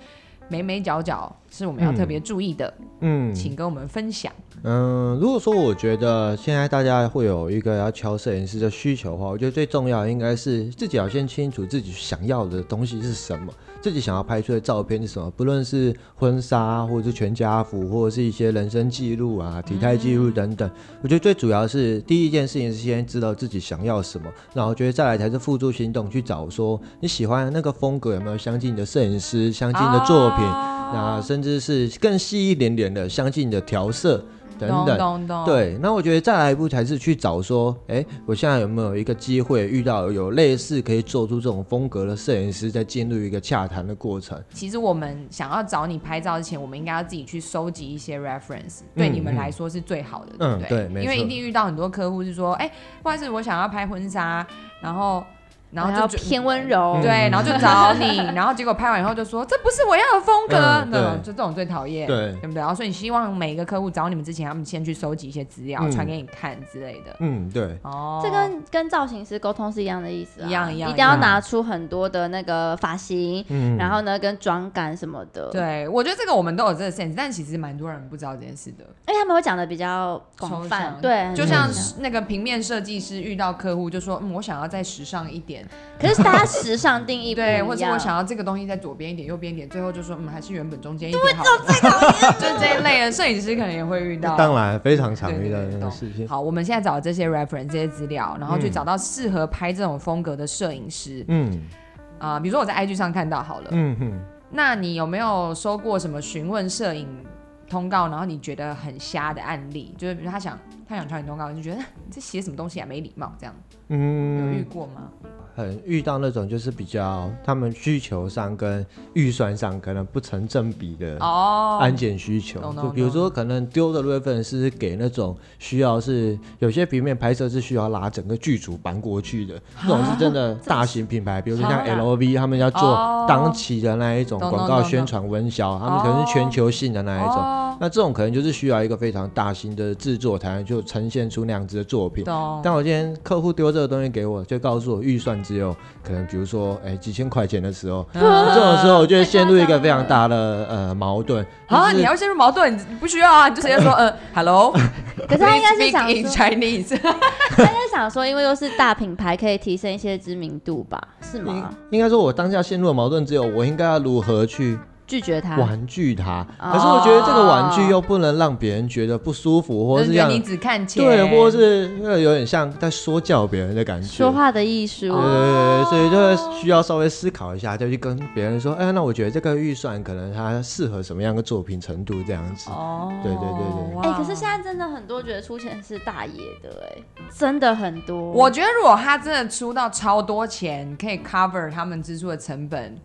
[SPEAKER 1] 眉眉角角是我们要特别注意的，
[SPEAKER 3] 嗯
[SPEAKER 1] 请跟我们分享。
[SPEAKER 3] 嗯，如果说我觉得现在大家会有一个要敲摄影师的需求的话，我觉得最重要的应该是自己要先清楚自己想要的东西是什么，自己想要拍出的照片是什么，不论是婚纱或者是全家福，或者是一些人生记录啊、体态记录等等。我觉得最主要是第一件事情是先知道自己想要什么，然后我觉得再来才是付诸行动去找说你喜欢的那个风格有没有相近的摄影师、相近的作品。
[SPEAKER 1] 啊
[SPEAKER 3] 那甚至是更细一点点的相近的调色等
[SPEAKER 1] 懂
[SPEAKER 3] 等。
[SPEAKER 1] 懂懂，，
[SPEAKER 3] 对，那我觉得再来一步才是去找说，哎，我现在有没有一个机会遇到有类似可以做出这种风格的摄影师，再进入一个洽谈的过程。
[SPEAKER 1] 其实我们想要找你拍照之前，我们应该要自己去收集一些 reference，、对你们来说是最好的，
[SPEAKER 3] 嗯
[SPEAKER 1] 对不
[SPEAKER 3] 对没
[SPEAKER 1] 因为
[SPEAKER 3] 错
[SPEAKER 1] 一定遇到很多客户是说，哎、不好意思，我想要拍婚纱，然后然
[SPEAKER 2] 然后
[SPEAKER 1] 后就嗯
[SPEAKER 2] 偏温柔，
[SPEAKER 3] 嗯
[SPEAKER 1] 对，然后 就找你，然后结果拍完以后就说这不是我要的风格，
[SPEAKER 3] 嗯
[SPEAKER 1] 那种
[SPEAKER 3] 对
[SPEAKER 1] 就这种最讨厌，
[SPEAKER 3] 对
[SPEAKER 1] 对不对？然后所以你希望每一个客户找你们之前，他们先去收集一些资料，
[SPEAKER 3] 嗯
[SPEAKER 1] 传给你看之类的。
[SPEAKER 3] 嗯，对，
[SPEAKER 1] 哦，
[SPEAKER 2] 这跟跟造型师沟通是一样的意思啊，
[SPEAKER 1] 一样一样
[SPEAKER 2] 一定要
[SPEAKER 3] 一样
[SPEAKER 2] 拿出很多的那个发型，
[SPEAKER 3] 嗯，
[SPEAKER 2] 然后呢跟妆感什么的，，
[SPEAKER 1] 对我觉得这个我们都有这个 sense，但其实蛮多人不知道这件事的。
[SPEAKER 2] 因为他们会讲的比较广
[SPEAKER 1] 抽
[SPEAKER 2] 泛，
[SPEAKER 1] 象
[SPEAKER 2] 对，
[SPEAKER 1] 就像
[SPEAKER 2] 嗯
[SPEAKER 1] 是那个平面设计师遇到客户就说，嗯，我想要再时尚一点，
[SPEAKER 2] 可是大家时尚定义不一
[SPEAKER 1] 对，
[SPEAKER 2] 样，
[SPEAKER 1] 或者我想要这个东西在左边一点、右边一点，最后就说，嗯，还是原本中间一点好了。 就是这一类的摄影师可能也会遇到。
[SPEAKER 3] 当然非常常
[SPEAKER 1] 对对
[SPEAKER 3] 遇到
[SPEAKER 1] 对
[SPEAKER 3] 这
[SPEAKER 1] 懂
[SPEAKER 3] 种事情。
[SPEAKER 1] 好，我们现在找这些 reference 这些资料，然后去
[SPEAKER 3] 嗯
[SPEAKER 1] 找到适合拍这种风格的摄影师
[SPEAKER 3] 嗯
[SPEAKER 1] 啊、比如说我在 IG 上看到好了，
[SPEAKER 3] 嗯哼，
[SPEAKER 1] 那你有没有收过什么询问摄影通告，然后你觉得很瞎的案例？就是比如他想他想传你通告，你就觉得你这写什么东西啊，没礼貌这样，有遇
[SPEAKER 3] 嗯，
[SPEAKER 1] 过吗？
[SPEAKER 3] 很遇到那种就是比较他们需求上跟预算上可能不成正比的
[SPEAKER 1] 哦，
[SPEAKER 3] 安检需求
[SPEAKER 1] 懂，懂
[SPEAKER 3] 就比如说可能丢的 reference 是给那种需要是有些平面拍摄是需要拉整个剧组搬过去的，
[SPEAKER 1] 啊
[SPEAKER 3] 这种是真的大型品牌，比如说像
[SPEAKER 2] 啊
[SPEAKER 3] LV 他们要
[SPEAKER 1] 哦
[SPEAKER 3] 做当期的那一种
[SPEAKER 1] 懂懂
[SPEAKER 3] 广告
[SPEAKER 1] 懂
[SPEAKER 3] 宣
[SPEAKER 1] 懂
[SPEAKER 3] 传温销，他们可能是全球性的那一种。
[SPEAKER 1] 哦，
[SPEAKER 3] 那这种可能就是需要一个非常大型的制作才能就呈现出那样子的作品。
[SPEAKER 1] 懂。
[SPEAKER 2] 哦
[SPEAKER 3] 但我今天客户丢这个东西给我，就告诉我预算只有可能，比如说，哎、几千块钱的时候，
[SPEAKER 2] 啊
[SPEAKER 3] 这种时候我就会陷入一个非常大的呃 矛盾。
[SPEAKER 1] 啊，
[SPEAKER 3] 就是
[SPEAKER 1] 你还要陷入矛盾？你不需要啊，你就直接说，嗯，hello，
[SPEAKER 2] 可是他应该
[SPEAKER 1] please
[SPEAKER 2] 是 想
[SPEAKER 1] speak
[SPEAKER 2] 说
[SPEAKER 1] in Chinese，
[SPEAKER 2] 他在想说，因为又是大品牌，可以提升一些知名度吧？是
[SPEAKER 3] 应
[SPEAKER 1] 嗯
[SPEAKER 2] 吗？
[SPEAKER 3] 应该说，我当下陷入的矛盾只有我应该要如何去
[SPEAKER 2] 拒绝他，
[SPEAKER 3] 婉拒它，
[SPEAKER 2] 啊哦
[SPEAKER 3] 可是我觉得这个婉拒又不能让别人觉得不舒服，或
[SPEAKER 1] 就是觉得
[SPEAKER 2] 哦
[SPEAKER 3] 让
[SPEAKER 1] 你只看钱，
[SPEAKER 3] 对，或是呃有点像在说教别人的感觉。
[SPEAKER 2] 说话的艺术
[SPEAKER 3] 对，对对，所以就会需要稍微思考一下，再去跟别人说，哎，那我觉得这个预算可能它适合什么样的作品程度这样子。
[SPEAKER 1] 哦，
[SPEAKER 3] 对对对对
[SPEAKER 1] 哇
[SPEAKER 2] 哎、可是现在真的很多觉得出钱是大爷的、哎，真的很多。
[SPEAKER 1] 我觉得如果他真的出到超多钱，可以 cover 他们支出的成本。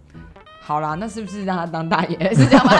[SPEAKER 1] 好啦，那是不是让他当大爷是这样 吗？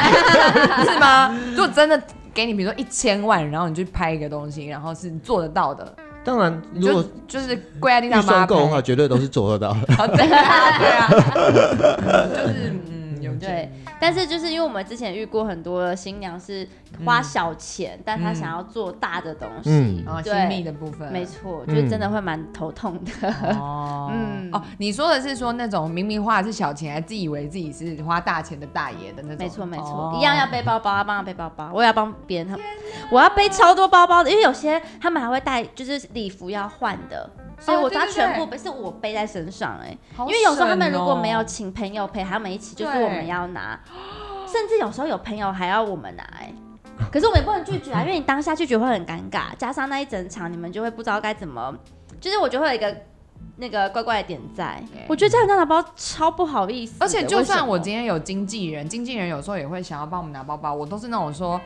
[SPEAKER 1] 是吗？如果真的给你，比如说一千万，然后你去拍一个东西，然后是做得到的，
[SPEAKER 3] 当然，
[SPEAKER 1] 你
[SPEAKER 3] 如
[SPEAKER 1] 就
[SPEAKER 3] 果
[SPEAKER 1] 就是跪在地
[SPEAKER 3] 预
[SPEAKER 1] 上
[SPEAKER 3] 算
[SPEAKER 1] 骂
[SPEAKER 3] 够的
[SPEAKER 1] 他
[SPEAKER 3] 话，绝对都是做得到 的。
[SPEAKER 1] 好对啊，对啊，就是嗯，有
[SPEAKER 2] 对
[SPEAKER 1] 对，
[SPEAKER 2] 但是就是因为我们之前遇过很多的新娘是
[SPEAKER 1] 嗯
[SPEAKER 2] 花小钱，但她想要做大的东西，
[SPEAKER 3] 嗯
[SPEAKER 1] 然后
[SPEAKER 2] 对
[SPEAKER 1] 哦亲密的部分，
[SPEAKER 2] 没错，就是真
[SPEAKER 1] 嗯
[SPEAKER 2] 的会蛮头痛的。
[SPEAKER 1] 哦，嗯，
[SPEAKER 2] 嗯
[SPEAKER 1] 哦，你说的是说那种明明花的是小钱，还自以为自己是花大钱的大爷的那种，
[SPEAKER 2] 没错没错，
[SPEAKER 1] 哦
[SPEAKER 2] 一样要背包包，要帮他背包包，我也要帮别人他们，我要背超多包包的，因为有些他们还会带，就是礼服要换的，所以
[SPEAKER 1] 哦
[SPEAKER 2] 我
[SPEAKER 1] 对
[SPEAKER 2] 他
[SPEAKER 1] 对
[SPEAKER 2] 全
[SPEAKER 1] 对
[SPEAKER 2] 部背是我背在身上哎、
[SPEAKER 1] 好
[SPEAKER 2] 因为有时候他们
[SPEAKER 1] 省
[SPEAKER 2] 如
[SPEAKER 1] 哦
[SPEAKER 2] 果没有请朋友陪他们一起，就是
[SPEAKER 1] 对
[SPEAKER 2] 我们要拿，甚至有时候有朋友还要我们拿哎、可是我们也不能拒绝啊，因为你当下拒绝会很尴尬，加上那一整场你们就会不知道该怎么，就是我就会有一个那个怪怪的点在
[SPEAKER 1] 对，
[SPEAKER 2] 我觉得这样拿包超不好意思的，
[SPEAKER 1] 而且就
[SPEAKER 2] 为什
[SPEAKER 1] 算我
[SPEAKER 2] 么
[SPEAKER 1] 今天有经纪人，经纪人有时候也会想要帮我们拿包包，我都是那种说。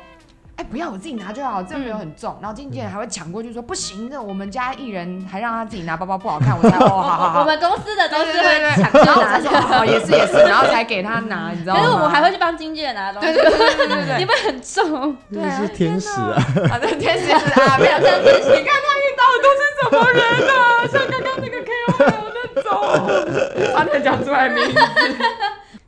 [SPEAKER 1] 哎，不要，我自己拿就好，这个没有很重。然后经纪人还会抢过去说，不行，这我们家艺人还让他自己拿包包，不好看。我才哦，好好
[SPEAKER 2] 我
[SPEAKER 1] 好，
[SPEAKER 2] 们公 司的都
[SPEAKER 1] 对
[SPEAKER 2] 是
[SPEAKER 1] 对对
[SPEAKER 2] 会
[SPEAKER 1] 对
[SPEAKER 2] 抢，
[SPEAKER 1] 然
[SPEAKER 2] 就
[SPEAKER 1] 后我
[SPEAKER 2] 拿
[SPEAKER 1] 才
[SPEAKER 2] 的
[SPEAKER 1] 说，，哦，也是也 是，然后才给他拿，你知道
[SPEAKER 2] 可
[SPEAKER 1] 吗？
[SPEAKER 2] 是我们还会去帮经纪人拿东西，
[SPEAKER 1] 对对对对对对
[SPEAKER 2] 你们很重，
[SPEAKER 1] 对，
[SPEAKER 3] 这是
[SPEAKER 1] 啊
[SPEAKER 3] 天使啊！
[SPEAKER 1] 啊，对，天使是啊，没有这样子。你看他遇到的都是什么人啊？像刚刚那个 KOL 那种，差点讲出来 名字。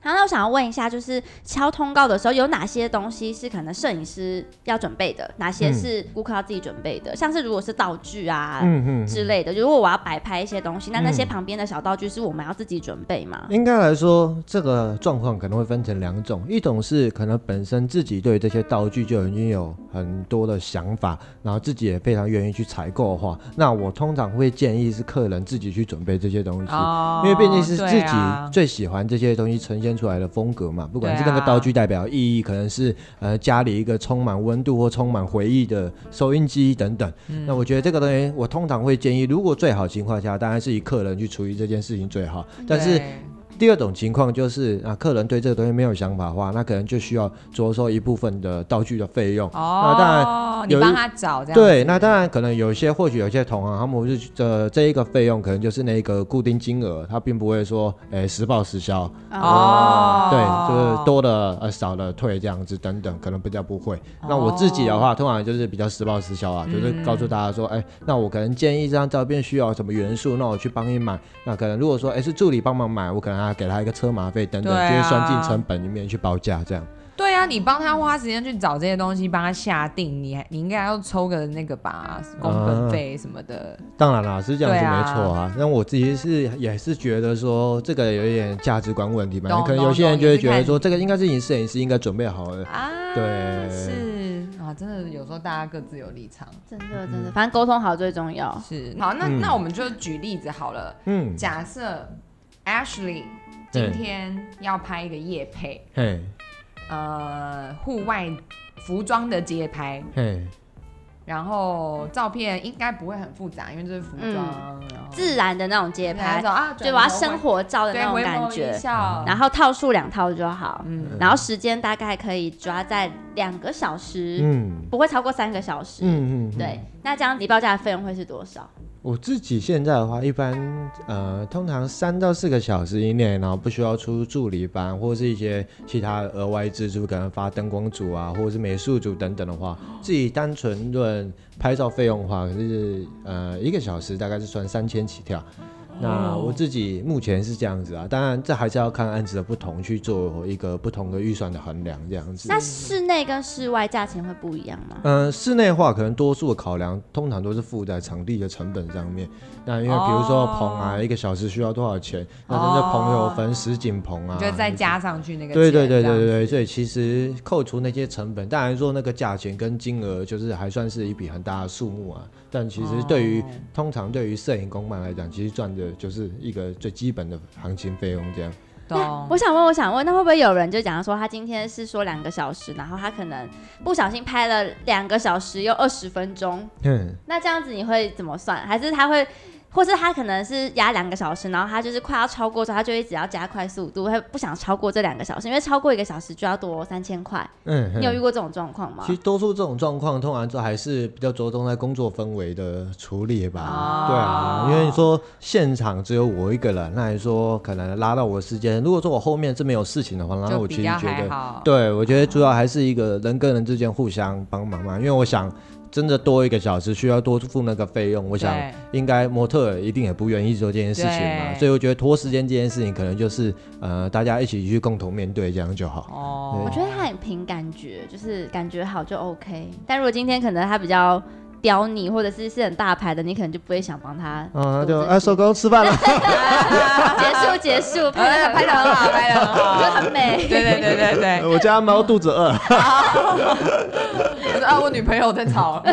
[SPEAKER 2] 好，那我想要问一下，就是敲通告的时候，有哪些东西是可能摄影师要准备的，哪些是顾客要自己准备的？像是如果是道具啊。
[SPEAKER 3] 嗯嗯，
[SPEAKER 2] 之类的，如果我要摆拍一些东西，那那些
[SPEAKER 3] 嗯
[SPEAKER 2] 旁边的小道具是我们要自己准备吗？
[SPEAKER 3] 应该来说，这个状况可能会分成两种，一种是可能本身自己对这些道具就已经有很多的想法，然后自己也非常愿意去采购的话，那我通常会建议是客人自己去准备这些东西。
[SPEAKER 1] 哦
[SPEAKER 3] 因为毕竟是自
[SPEAKER 1] 对
[SPEAKER 3] 己
[SPEAKER 1] 啊
[SPEAKER 3] 最喜欢这些东西呈现出来的风格嘛，不管是
[SPEAKER 1] 对
[SPEAKER 3] 那
[SPEAKER 1] 啊
[SPEAKER 3] 个道具代表意义，可能是呃家里一个充满温度或充满回忆的收音机等等。
[SPEAKER 1] 嗯
[SPEAKER 3] 那我觉得这个东西，我通常会建议，如果最好情况下，当然是以客人去处理这件事情最好。但是
[SPEAKER 1] 对
[SPEAKER 3] 第二种情况就是啊，客人对这个东西没有想法的话，那可能就需要着收一部分的道具的费用。那呃当然
[SPEAKER 1] 哦，你
[SPEAKER 3] 有一
[SPEAKER 1] 帮他找这样子。
[SPEAKER 3] 对，那当然可能有一些，或许有一些同行，他们是呃这一个费用可能就是那个固定金额，他并不会说，诶、实报实销，
[SPEAKER 1] 哦，
[SPEAKER 3] 对，就是多的呃少的退这样子等等，可能比较不会。
[SPEAKER 1] 哦
[SPEAKER 3] 那我自己的话，通常就是比较实报实销啊，
[SPEAKER 1] 嗯
[SPEAKER 3] 就是告诉大家说，哎、那我可能建议这张照片需要什么元素，那我去帮你买。那可能如果说，哎、是助理帮忙买，我可能还给他一个车马费等等，
[SPEAKER 1] 对啊
[SPEAKER 3] 就会算进成本里面去报价这样。
[SPEAKER 1] 对啊，你帮他花时间去找这些东西，帮他下定，你还你应该要抽个那个吧，工
[SPEAKER 3] 啊
[SPEAKER 1] 本费什么的。
[SPEAKER 3] 当然啦，是这样子
[SPEAKER 1] 对
[SPEAKER 3] 没
[SPEAKER 1] 啊
[SPEAKER 3] 错啊。那、我自己是也是觉得说，这个有一点价值观问题嘛，
[SPEAKER 1] 懂
[SPEAKER 3] 可能
[SPEAKER 1] 懂
[SPEAKER 3] 有些人
[SPEAKER 1] 懂
[SPEAKER 3] 就
[SPEAKER 1] 也
[SPEAKER 3] 会
[SPEAKER 1] 是
[SPEAKER 3] 觉得
[SPEAKER 1] 看
[SPEAKER 3] 说，这个应该是你摄影师应该准备好的。
[SPEAKER 1] 啊，
[SPEAKER 3] 对
[SPEAKER 1] 是啊，真的有时候大家各自有立场。
[SPEAKER 2] 真的真的，嗯反正沟通好最重要。
[SPEAKER 1] 是，好，那、
[SPEAKER 3] 嗯
[SPEAKER 1] 那我们就举例子好了。
[SPEAKER 3] 嗯，
[SPEAKER 1] 假设 Ashley
[SPEAKER 3] 对
[SPEAKER 1] 今天要拍一个夜配，
[SPEAKER 3] 嘿，
[SPEAKER 1] 呃，户外服装的街拍，
[SPEAKER 3] 嘿，
[SPEAKER 1] 然后照片应该不会很复杂，因为这是服装，然后
[SPEAKER 2] 自然的那种节
[SPEAKER 1] 然后
[SPEAKER 2] 拍，
[SPEAKER 1] 走啊，
[SPEAKER 2] 就
[SPEAKER 1] 转
[SPEAKER 2] 我要
[SPEAKER 1] 头
[SPEAKER 2] 生
[SPEAKER 1] 回
[SPEAKER 2] 活照的
[SPEAKER 1] 对
[SPEAKER 2] 那种
[SPEAKER 1] 回
[SPEAKER 2] 感
[SPEAKER 1] 眸一
[SPEAKER 2] 觉，
[SPEAKER 1] 笑
[SPEAKER 2] 然后套数两套就好，
[SPEAKER 1] 嗯
[SPEAKER 2] 然后时间大概可以抓在两个小时，
[SPEAKER 3] 嗯
[SPEAKER 2] 不会超过三个小时。
[SPEAKER 3] 嗯嗯，嗯
[SPEAKER 2] 对，那这样你报价的费用会是多少？
[SPEAKER 3] 我自己现在的话，一般呃，通常三到四个小时以内，然后不需要出助理班或是一些其他额外支出，可能发灯光组啊，或者是美术组等等的话，自己单纯论拍照费用的话，可是呃一个小时大概是算三千起跳。那我自己目前是这样子啊，当然这还是要看案子的不同去做一个不同的预算的衡量，这样子。
[SPEAKER 2] 那室内跟室外价钱会不一样吗？
[SPEAKER 3] 嗯、室内化可能多数的考量通常都是附在场地的成本上面。那因为比如说
[SPEAKER 1] 哦
[SPEAKER 3] 棚啊，一个小时需要多少钱？那真的棚有分实景棚啊，
[SPEAKER 1] 你就再加上去那个
[SPEAKER 3] 对对
[SPEAKER 1] 钱
[SPEAKER 3] 对
[SPEAKER 1] 这样
[SPEAKER 3] 对对对，所以其实扣除那些成本，当然说那个价钱跟金额就是还算是一笔很大的数目啊。但其实对于、
[SPEAKER 1] 哦
[SPEAKER 3] 通常对于摄影公办来讲，其实赚的就是一个最基本的行情费用这样。
[SPEAKER 2] 那
[SPEAKER 1] 懂
[SPEAKER 2] 我想问，我想问，那会不会有人就讲说，他今天是说两个小时，然后他可能不小心拍了两个小时又二十分钟，
[SPEAKER 3] 嗯，
[SPEAKER 2] 那这样子你会怎么算？还是他会，或是他可能是压两个小时，然后他就是快要超过之后，他就一直要加快速度，会不想超过这两个小时，因为超过一个小时就要多三千块。
[SPEAKER 3] 嗯
[SPEAKER 2] 你有遇过这种状况吗
[SPEAKER 3] 其？实多数这种状况，通常都还是比较着重在工作氛围的处理吧。
[SPEAKER 1] 哦
[SPEAKER 3] 对啊，因为你说现场只有我一个人，那你说可能拉到我的时间，如果说我后面是没有事情的话，那
[SPEAKER 1] 就
[SPEAKER 3] 我其
[SPEAKER 1] 比
[SPEAKER 3] 实
[SPEAKER 1] 较
[SPEAKER 3] 觉
[SPEAKER 1] 还
[SPEAKER 3] 得，
[SPEAKER 1] 好。
[SPEAKER 3] 对我觉得主要还是一个人跟人之间互相帮忙嘛。因为我想，真的多一个小时需要多付那个费用，我想
[SPEAKER 1] 对
[SPEAKER 3] 应该模特儿一定也不愿意做这件事情嘛。
[SPEAKER 1] 对
[SPEAKER 3] 所以我觉得拖时间这件事情，可能就是呃大家一起去共同面对，这样就好。
[SPEAKER 1] 哦，
[SPEAKER 2] 我觉得他很凭感觉，就是感觉好就 OK。但如果今天可能他比较刁你，或者是是很大牌的，你可能就不会想帮他
[SPEAKER 1] 嗯哦
[SPEAKER 2] 做这些。
[SPEAKER 3] 啊，就哎，收工 吃饭了。
[SPEAKER 2] 结束结束，拍
[SPEAKER 1] 哎
[SPEAKER 2] 的
[SPEAKER 1] 拍
[SPEAKER 2] 拍的
[SPEAKER 1] 的很好，拍的很
[SPEAKER 2] 就
[SPEAKER 1] 好。
[SPEAKER 2] 很美。
[SPEAKER 1] 对对对对对，
[SPEAKER 3] 我家猫肚子饿。
[SPEAKER 1] 我说啊，我女朋友在吵。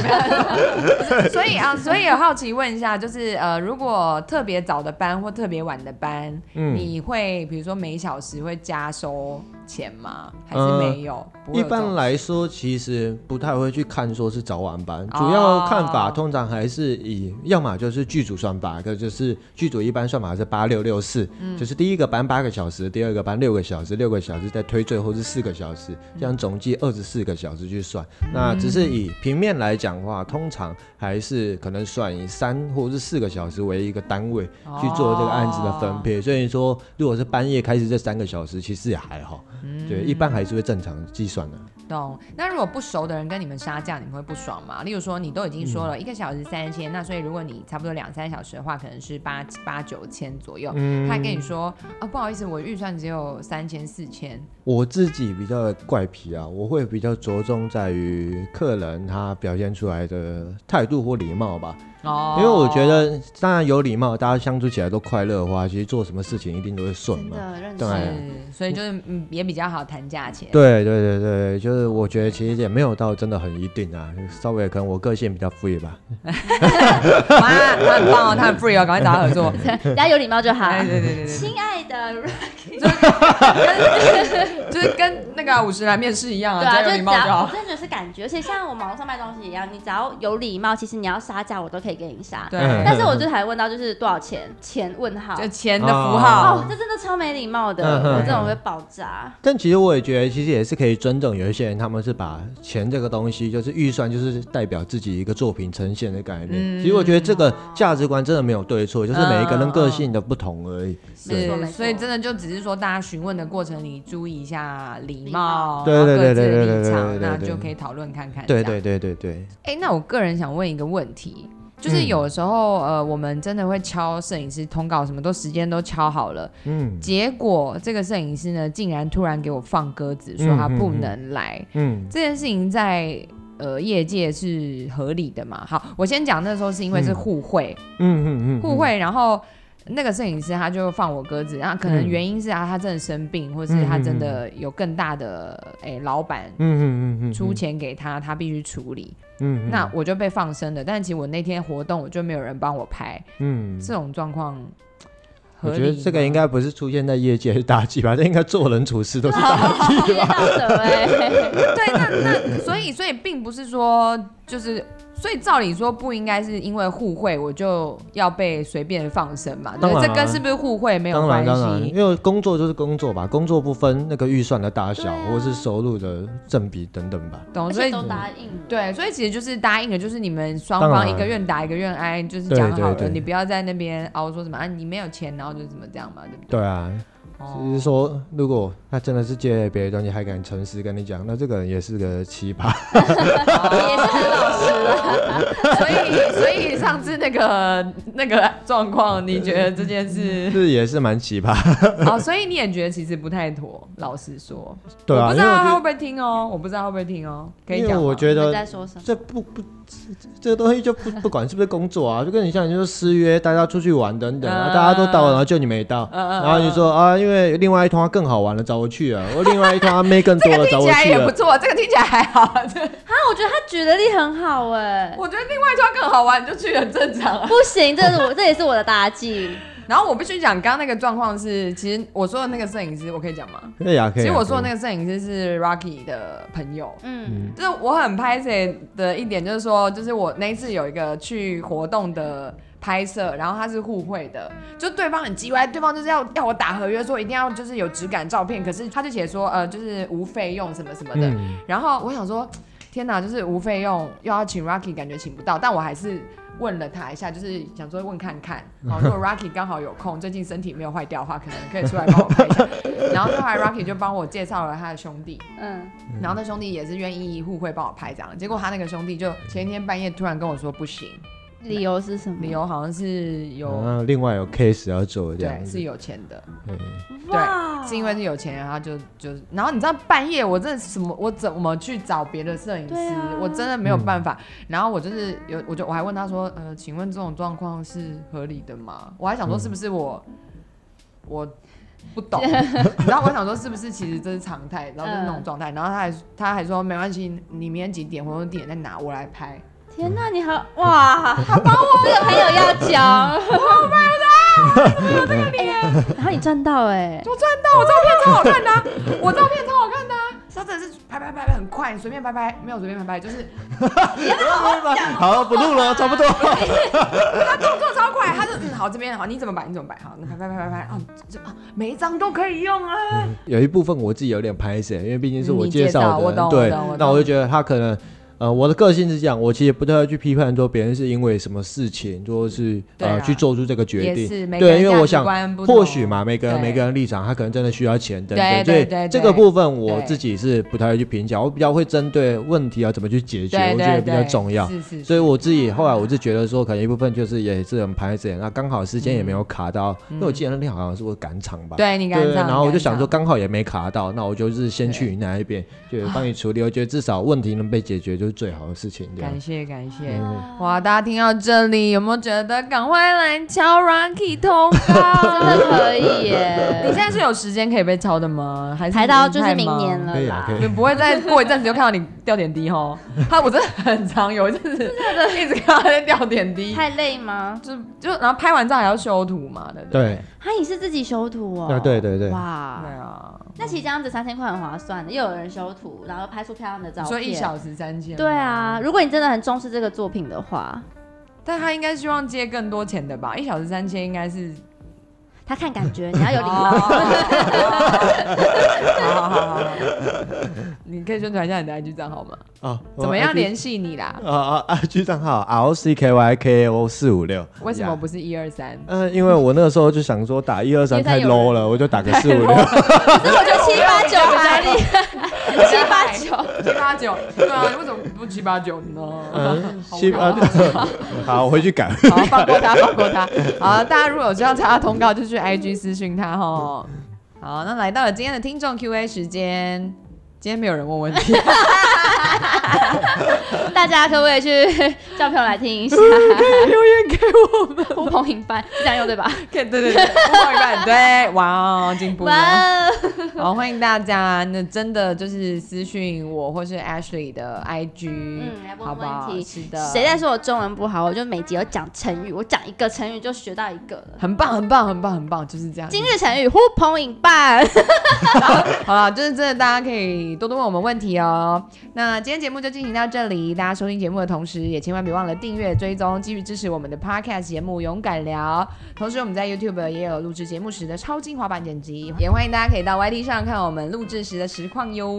[SPEAKER 1] 所以啊，所以有好奇问一下，就是呃，如果特别早的班或特别晚的班，
[SPEAKER 3] 嗯
[SPEAKER 1] 你会比如说每小时会加收钱吗？还是
[SPEAKER 3] 呃
[SPEAKER 1] 没有？不会
[SPEAKER 3] 一
[SPEAKER 1] 有这种
[SPEAKER 3] 般来说，其实不太会去看说是早晚班，
[SPEAKER 1] 哦
[SPEAKER 3] 主要看法通常还是以要么就是剧组算法，一个就是剧组一般算法是八六六四，
[SPEAKER 1] 嗯
[SPEAKER 3] 就是第一个班八个小时，第二个班六个小时，六个小时再推最后是四个小时，
[SPEAKER 1] 嗯
[SPEAKER 3] 这样总计二十四个小时去算。那只是以平面来讲的话，通常还是可能算以三或是四个小时为一个单位去做这个案子的分
[SPEAKER 1] 哦
[SPEAKER 3] 配。
[SPEAKER 2] 哦
[SPEAKER 3] 所以说，如果是半夜开始这三个小时，其实也还好，
[SPEAKER 2] 嗯
[SPEAKER 3] 对，一般还是会正常计算的。
[SPEAKER 1] 懂。那如果不熟的人跟你们杀价，你们会不爽吗？例如说，你都已经说
[SPEAKER 3] 嗯
[SPEAKER 1] 了一个小时三千，那所以如果你差不多两三小时的话，可能是八八九千左右。
[SPEAKER 3] 嗯
[SPEAKER 1] 他还跟你说啊，不好意思，我预算只有三千四千。
[SPEAKER 3] 我自己比较怪癖啊，我会比较着重在于客人他表现出来的态度或礼貌吧，
[SPEAKER 1] 哦
[SPEAKER 3] 因为我觉得当然有礼貌，大家相处起来都快乐的话，其实做什么事情一定都会顺
[SPEAKER 2] 真
[SPEAKER 3] 嘛。
[SPEAKER 2] 的认
[SPEAKER 3] 对
[SPEAKER 2] 识。
[SPEAKER 1] 是，所以就是嗯，也比较好谈价钱。
[SPEAKER 3] 对对对对，就是是我觉得其实也没有到真的很一定啊，稍微可能我个性比较 free 吧。
[SPEAKER 1] 哇，他很棒哦，他很 free 哦，赶快找他合 作。哎
[SPEAKER 2] 大家有礼貌就好。
[SPEAKER 1] 对对对对对
[SPEAKER 2] 亲爱
[SPEAKER 1] 啊
[SPEAKER 2] 的，
[SPEAKER 1] 对，就是跟那个五十来面试一样啊，
[SPEAKER 2] 对
[SPEAKER 1] 只
[SPEAKER 2] 啊，
[SPEAKER 1] 要
[SPEAKER 2] 就
[SPEAKER 1] 有
[SPEAKER 2] 是
[SPEAKER 1] 礼
[SPEAKER 2] 只
[SPEAKER 1] 貌就
[SPEAKER 2] 要我
[SPEAKER 1] 好。
[SPEAKER 2] 真的觉得是感觉，而且像我网上卖东西一样，你只要有礼貌，其实你要杀价我都可以给你杀。
[SPEAKER 1] 对，
[SPEAKER 3] 嗯
[SPEAKER 2] 但是我最讨厌问到就是多少钱？钱问号。
[SPEAKER 1] 就钱的符号，
[SPEAKER 2] 哦，这真的超没礼貌的，
[SPEAKER 3] 嗯哼
[SPEAKER 2] 我这种会爆炸。
[SPEAKER 3] 但其实我也觉得，其实也是可以尊重有一些人，他们是把钱这个东西，就是预算，就是代表自己一个作品呈现的概念。
[SPEAKER 1] 嗯
[SPEAKER 3] 其实我觉得这个价值观真的没有对错，就是每一个人个性的不同而已。
[SPEAKER 1] 嗯
[SPEAKER 2] 没错没
[SPEAKER 1] 是，
[SPEAKER 2] 错
[SPEAKER 1] 所以真的就只是说，大家询问的过程里注意一下礼貌，
[SPEAKER 3] 对
[SPEAKER 1] 然后各自的
[SPEAKER 3] 对对对对
[SPEAKER 1] 立
[SPEAKER 3] 对
[SPEAKER 1] 场
[SPEAKER 3] 对对
[SPEAKER 1] 那
[SPEAKER 3] 对
[SPEAKER 1] 就可以讨论看看。
[SPEAKER 3] 对对对对对，
[SPEAKER 1] 哎、那我个人想问一个问题，就是
[SPEAKER 3] 嗯
[SPEAKER 1] 有时候、呃，我们真的会敲摄影师通告，什么都时间都敲好了，
[SPEAKER 3] 嗯
[SPEAKER 1] 结果这个摄影师呢，竟然突然给我放鸽子，说他不能来。
[SPEAKER 3] 嗯
[SPEAKER 1] 这件事情在呃业界是合理的嘛？好，我先讲那时候是因为是互惠，
[SPEAKER 3] 嗯嗯嗯，
[SPEAKER 1] 互惠，然后。那个摄影师他就放我鸽子，然后可
[SPEAKER 3] 嗯
[SPEAKER 1] 能原因是啊，他真的生病，或是他真的有更大的诶、老板
[SPEAKER 3] 嗯嗯嗯嗯
[SPEAKER 1] 出，钱给他，他必须处理。
[SPEAKER 3] 嗯
[SPEAKER 1] 那我就被放生了。但其实我那天活动我就没有人帮我拍，
[SPEAKER 3] 嗯。
[SPEAKER 1] 这种状况合
[SPEAKER 3] 我
[SPEAKER 1] 理吗，
[SPEAKER 3] 觉得这个应该不是出现在业界是大忌吧，这应该做人处事都 是大忌。
[SPEAKER 2] 职业道德哎，
[SPEAKER 1] 对。那那所以所以并不是说就是。所以照理说不应该是因为互惠我就要被随便放生嘛？对
[SPEAKER 3] 当
[SPEAKER 1] 不
[SPEAKER 3] 然
[SPEAKER 1] 对，
[SPEAKER 3] 啊
[SPEAKER 1] 这跟是不是互惠没有
[SPEAKER 3] 当
[SPEAKER 1] 关
[SPEAKER 3] 然，当然，
[SPEAKER 1] 系。
[SPEAKER 3] 因为工作就是工作吧，工作不分那个预算的大
[SPEAKER 2] 对
[SPEAKER 3] 小，
[SPEAKER 2] 啊
[SPEAKER 3] 或是收入的正比等等吧。
[SPEAKER 1] 懂？
[SPEAKER 2] 而
[SPEAKER 1] 所
[SPEAKER 2] 且
[SPEAKER 1] 以
[SPEAKER 2] 都答应了。
[SPEAKER 1] 对，所以其实就是答应了，就是你们双
[SPEAKER 3] 当
[SPEAKER 1] 方
[SPEAKER 3] 然
[SPEAKER 1] 一个愿打一个愿挨，就是
[SPEAKER 3] 对
[SPEAKER 1] 讲
[SPEAKER 3] 对
[SPEAKER 1] 好了，
[SPEAKER 3] 对
[SPEAKER 1] 你不要在那边熬说什么啊，你没有钱，然后就怎么这样嘛，对不对？
[SPEAKER 3] 对啊，只是说，如果他真的是借了别的东西，还敢诚实跟你讲，那这个人也是个 奇葩。
[SPEAKER 2] 也是很老实了。
[SPEAKER 1] 所以，所以上次那个那个状况，你觉得这件 事
[SPEAKER 3] 是也是蛮奇葩。
[SPEAKER 1] 哦，所以你也觉得其实不太妥。老实说，
[SPEAKER 3] 对
[SPEAKER 1] 我
[SPEAKER 3] 啊，
[SPEAKER 1] 不
[SPEAKER 3] 因
[SPEAKER 1] 知
[SPEAKER 3] 为
[SPEAKER 1] 道他
[SPEAKER 3] 我觉
[SPEAKER 1] 会
[SPEAKER 3] 得
[SPEAKER 1] 不会听哦，我不知道会不会听哦，可以
[SPEAKER 3] 因为
[SPEAKER 1] 讲吗。
[SPEAKER 3] 我觉
[SPEAKER 2] 你们
[SPEAKER 3] 得
[SPEAKER 2] 在说什么？
[SPEAKER 3] 这不不这这个东西就不不管是不是工作啊，就跟你像你说失约，大家出去玩等等啊，
[SPEAKER 1] 嗯
[SPEAKER 3] 大家都到了，然后就你没到，
[SPEAKER 1] 嗯嗯嗯
[SPEAKER 3] 然后你说啊，因为另外一团更好玩了，找我去啊，我另外一团妹更
[SPEAKER 1] 这
[SPEAKER 3] 多
[SPEAKER 1] 个
[SPEAKER 3] 了，找
[SPEAKER 1] 听起
[SPEAKER 3] 我
[SPEAKER 1] 来
[SPEAKER 3] 去啊
[SPEAKER 1] 也不
[SPEAKER 3] 了。
[SPEAKER 1] 错，这个听起来还好。 这
[SPEAKER 2] 啊，我觉得他举的例很好哎。
[SPEAKER 1] 我觉得另外一段更好玩，你就去很正常啊。
[SPEAKER 2] 不行，这是我这也是我的大忌。
[SPEAKER 1] 然后我必须讲，刚刚那个状况是，其实我说的那个摄影师，我可以讲吗？
[SPEAKER 3] 可以啊，可
[SPEAKER 1] 其
[SPEAKER 3] 以啊。
[SPEAKER 1] 实我说的
[SPEAKER 3] 可以
[SPEAKER 1] 那个摄影师是 Rocky 的朋友，
[SPEAKER 2] 嗯，
[SPEAKER 1] 就是我很拍摄的一点，就是说，就是我那一次有一个去活动的拍摄，然后他是互惠的，就对方很叽歪，对方就是要要我打合约，说一定要就是有质感照片，可是他就写说呃就是无费用什么什么的，
[SPEAKER 3] 嗯
[SPEAKER 1] 然后我想说天哪，就是无费用又要请 Rocky，感觉请不到，但我还是。问了他一下，就是想说问看看，好，如果 Rocky 刚好有空，最近身体没有坏掉的话，可能可以出来帮我拍一下。然后后来 Rocky 就帮我介绍了他的兄弟，
[SPEAKER 2] 嗯，
[SPEAKER 1] 然后那兄弟也是愿意互惠帮我拍这样，结果他那个兄弟就前一天半夜突然跟我说不行，
[SPEAKER 2] 理由是什么
[SPEAKER 1] 理？由好像是有、
[SPEAKER 3] 然后另外有 case 要做嗯这
[SPEAKER 1] 对
[SPEAKER 3] 样子嗯
[SPEAKER 1] 是，有钱的，
[SPEAKER 3] 对
[SPEAKER 2] 哇
[SPEAKER 1] 是因为是有钱人，然后就就然后你知道半夜我真的什么我怎么去找别的摄影师
[SPEAKER 2] 对，啊
[SPEAKER 1] 我真的没有办法。然后我就是有我就我还问他说，呃，请问这种状况是合理的吗？我还想说是不是我、我。不懂， 然后我想说是不是其实这是常态，然后就是那种状态，
[SPEAKER 2] 嗯
[SPEAKER 1] 然后他还他还说没关系，你明天几点或者地点在哪，我来拍。
[SPEAKER 2] 天哪，你好哇，好帮我， 这个朋友要 交，我买不到，怎么有这个脸？ 然后你赚到哎，
[SPEAKER 1] 我赚到，我照片超好看的啊、 我照片超好看的啊、他真的是拍拍拍拍很快，随便拍拍，没有随便拍拍，就是
[SPEAKER 3] 好，不录了，差不多。
[SPEAKER 1] 他动作超快，他就嗯好这边好，你怎么摆你怎么摆好，那拍拍拍拍拍啊，这啊每一张都可以用啊。
[SPEAKER 3] 有一部分我自己有点拍摄，因为毕竟是我
[SPEAKER 1] 嗯你介
[SPEAKER 3] 介
[SPEAKER 1] 绍
[SPEAKER 3] 绍
[SPEAKER 1] 我
[SPEAKER 3] 的
[SPEAKER 1] 懂
[SPEAKER 3] 人，
[SPEAKER 1] 我
[SPEAKER 3] 对
[SPEAKER 1] 懂我懂，
[SPEAKER 3] 那我就觉得他可能，呃，我的个性是这样，我其实不太会去批判说别人是因为什么事情，或者是
[SPEAKER 1] 对啊
[SPEAKER 3] 呃去做出这个决
[SPEAKER 1] 也
[SPEAKER 3] 定
[SPEAKER 1] 是，每个人
[SPEAKER 3] 对，因为我
[SPEAKER 1] 价值
[SPEAKER 3] 想
[SPEAKER 1] 观不同
[SPEAKER 3] 或许嘛，每个人
[SPEAKER 1] 对
[SPEAKER 3] 每个人立场，他可能真的需要钱等
[SPEAKER 1] 对
[SPEAKER 3] 等，所
[SPEAKER 1] 对
[SPEAKER 3] 以
[SPEAKER 1] 对
[SPEAKER 3] 这
[SPEAKER 1] 对
[SPEAKER 3] 个部分我
[SPEAKER 1] 对
[SPEAKER 3] 自己是不太会去评价，我比较会针对问题要怎么去解决，
[SPEAKER 1] 对
[SPEAKER 3] 我觉得
[SPEAKER 1] 对
[SPEAKER 3] 比较
[SPEAKER 1] 对，
[SPEAKER 3] 重要。
[SPEAKER 1] 是是
[SPEAKER 3] 所以我自己后来我是觉得说，可能一部分就是也是很拍摄，那刚好时间也没
[SPEAKER 1] 嗯
[SPEAKER 3] 有卡到，因为我记得那天好像是我赶场吧，
[SPEAKER 1] 对你刚
[SPEAKER 3] 对，
[SPEAKER 1] 刚，
[SPEAKER 3] 然后我就想说，
[SPEAKER 1] 你敢啊
[SPEAKER 3] 刚好也没卡到，那我就是先去你那一边，就帮你处理。我觉得至少问题能被解决，就就是最好的事情。这样
[SPEAKER 1] 感，谢感谢。
[SPEAKER 3] 啊嗯
[SPEAKER 1] 哇，大家听到这里有没有觉得赶快来敲 Rocky 通
[SPEAKER 2] 真
[SPEAKER 1] 告？
[SPEAKER 2] 的可以
[SPEAKER 3] 嗯
[SPEAKER 1] 你现
[SPEAKER 2] 耶，
[SPEAKER 1] 在是有时间可以被敲的吗？还是
[SPEAKER 2] 排到就是明
[SPEAKER 1] 你已经太
[SPEAKER 2] 年
[SPEAKER 1] 忙
[SPEAKER 2] 了
[SPEAKER 3] 可以啊
[SPEAKER 2] 啦，
[SPEAKER 3] 可以
[SPEAKER 1] 你不会再过一阵子就看到你掉点滴吼？他我真的很常有一阵子一直 看到他在掉点滴，
[SPEAKER 2] 太累吗？
[SPEAKER 1] 就就然后拍完照还要修图嘛，对不对？
[SPEAKER 3] 对
[SPEAKER 2] 啊，你是自己修图哦？
[SPEAKER 3] 啊对对对
[SPEAKER 1] 对
[SPEAKER 2] 哇，
[SPEAKER 1] 啊，
[SPEAKER 2] 那其实这样子三千块很划算的，又有人修图，然后拍出漂亮的照片。
[SPEAKER 1] 所以一小时三千。
[SPEAKER 2] 对啊，，如果你真的很重视这个作品的话，
[SPEAKER 1] 但他应该希望接更多钱的吧？一小时三千应该 是
[SPEAKER 2] 他看感觉，你要有礼
[SPEAKER 1] 哦好
[SPEAKER 2] 貌。
[SPEAKER 1] 好好 好，你可以宣传一下你的 IG 账号吗？
[SPEAKER 3] 哦，我
[SPEAKER 1] 怎么样
[SPEAKER 3] IG
[SPEAKER 1] 联系你啦？
[SPEAKER 3] 啊啊啊！G 账号 R O C K Y K O 四五六，
[SPEAKER 1] 为什么不是一二三？
[SPEAKER 3] 嗯，因为我那个时候就想说打一二三太
[SPEAKER 2] 因为它有
[SPEAKER 3] low 了，我就打个四五六。
[SPEAKER 2] 可是我就七八九吧，你 七八九，
[SPEAKER 1] 七八九，对啊，你为什么不七八九呢？ 好
[SPEAKER 3] 嗯七八
[SPEAKER 1] 无
[SPEAKER 3] 六， 好，我回去改。
[SPEAKER 1] 好，放过他，放过他。好，大家如果有知道查到通告，就去 IG 私讯他吼。好，那来到了今天的听众 Q&A 时间，今天没有人问问题，
[SPEAKER 2] 大家可不可以去叫朋友来听一下？
[SPEAKER 1] 留言给我们。
[SPEAKER 2] 呼朋引伴是这样用对吧？
[SPEAKER 1] 对对对，我一半对，哇哦，进步了。
[SPEAKER 2] 哇哦，
[SPEAKER 1] 好，欢迎大家，那真的就是私讯我或是 Ashley 的 IG，
[SPEAKER 2] 嗯来问
[SPEAKER 1] 好不好
[SPEAKER 2] 问？题
[SPEAKER 1] 是的，
[SPEAKER 2] 谁在说我中文不好？我就每集有讲成语，我讲一个成语就学到一个了。
[SPEAKER 1] 很棒，很棒，很棒，很棒，就是这样。
[SPEAKER 2] 今日成语呼朋引伴，
[SPEAKER 1] 好了，就是真的，大家可以多多问我们问题哦。那今天节目就进行到这里，大家收听节目的同时，也千万别忘了订阅、追踪，继续支持我们的 Podcast 节目《勇敢聊》。同时，我们在 YouTube 也有录制节目时的超精华版剪辑，也欢迎大家可以到 YT 上看我们录制时的实况哟。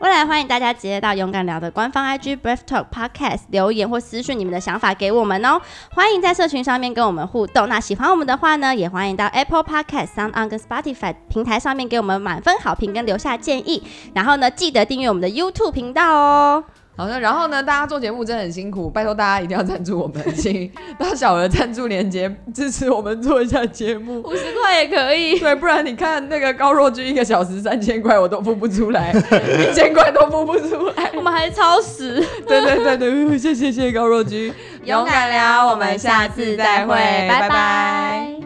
[SPEAKER 2] 未来欢迎大家直接到勇敢聊的官方 IG Brave Talk Podcast 留言或私讯你们的想法给我们哦。欢迎在社群上面跟我们互动。那喜欢我们的话呢，也欢迎到 Apple Podcast、Sound On 跟 Spotify 平台上面给我们满分好评跟留下建议。然后呢，记得订阅我们的 YouTube 频道哦。
[SPEAKER 1] 好的，然后呢，大家做节目真的很辛苦，拜托大家一定要赞助我们，请 到小额赞助链接支持我们做一下节目。
[SPEAKER 2] 五十块也可以。
[SPEAKER 1] 对，不然你看那个高若君一个小时三千块，我都付不出来，一千块都付不出 来。
[SPEAKER 2] 我们还超时，
[SPEAKER 1] 对对对对，呃谢谢谢谢高若君，
[SPEAKER 2] 勇敢聊，我们下次再会，拜拜。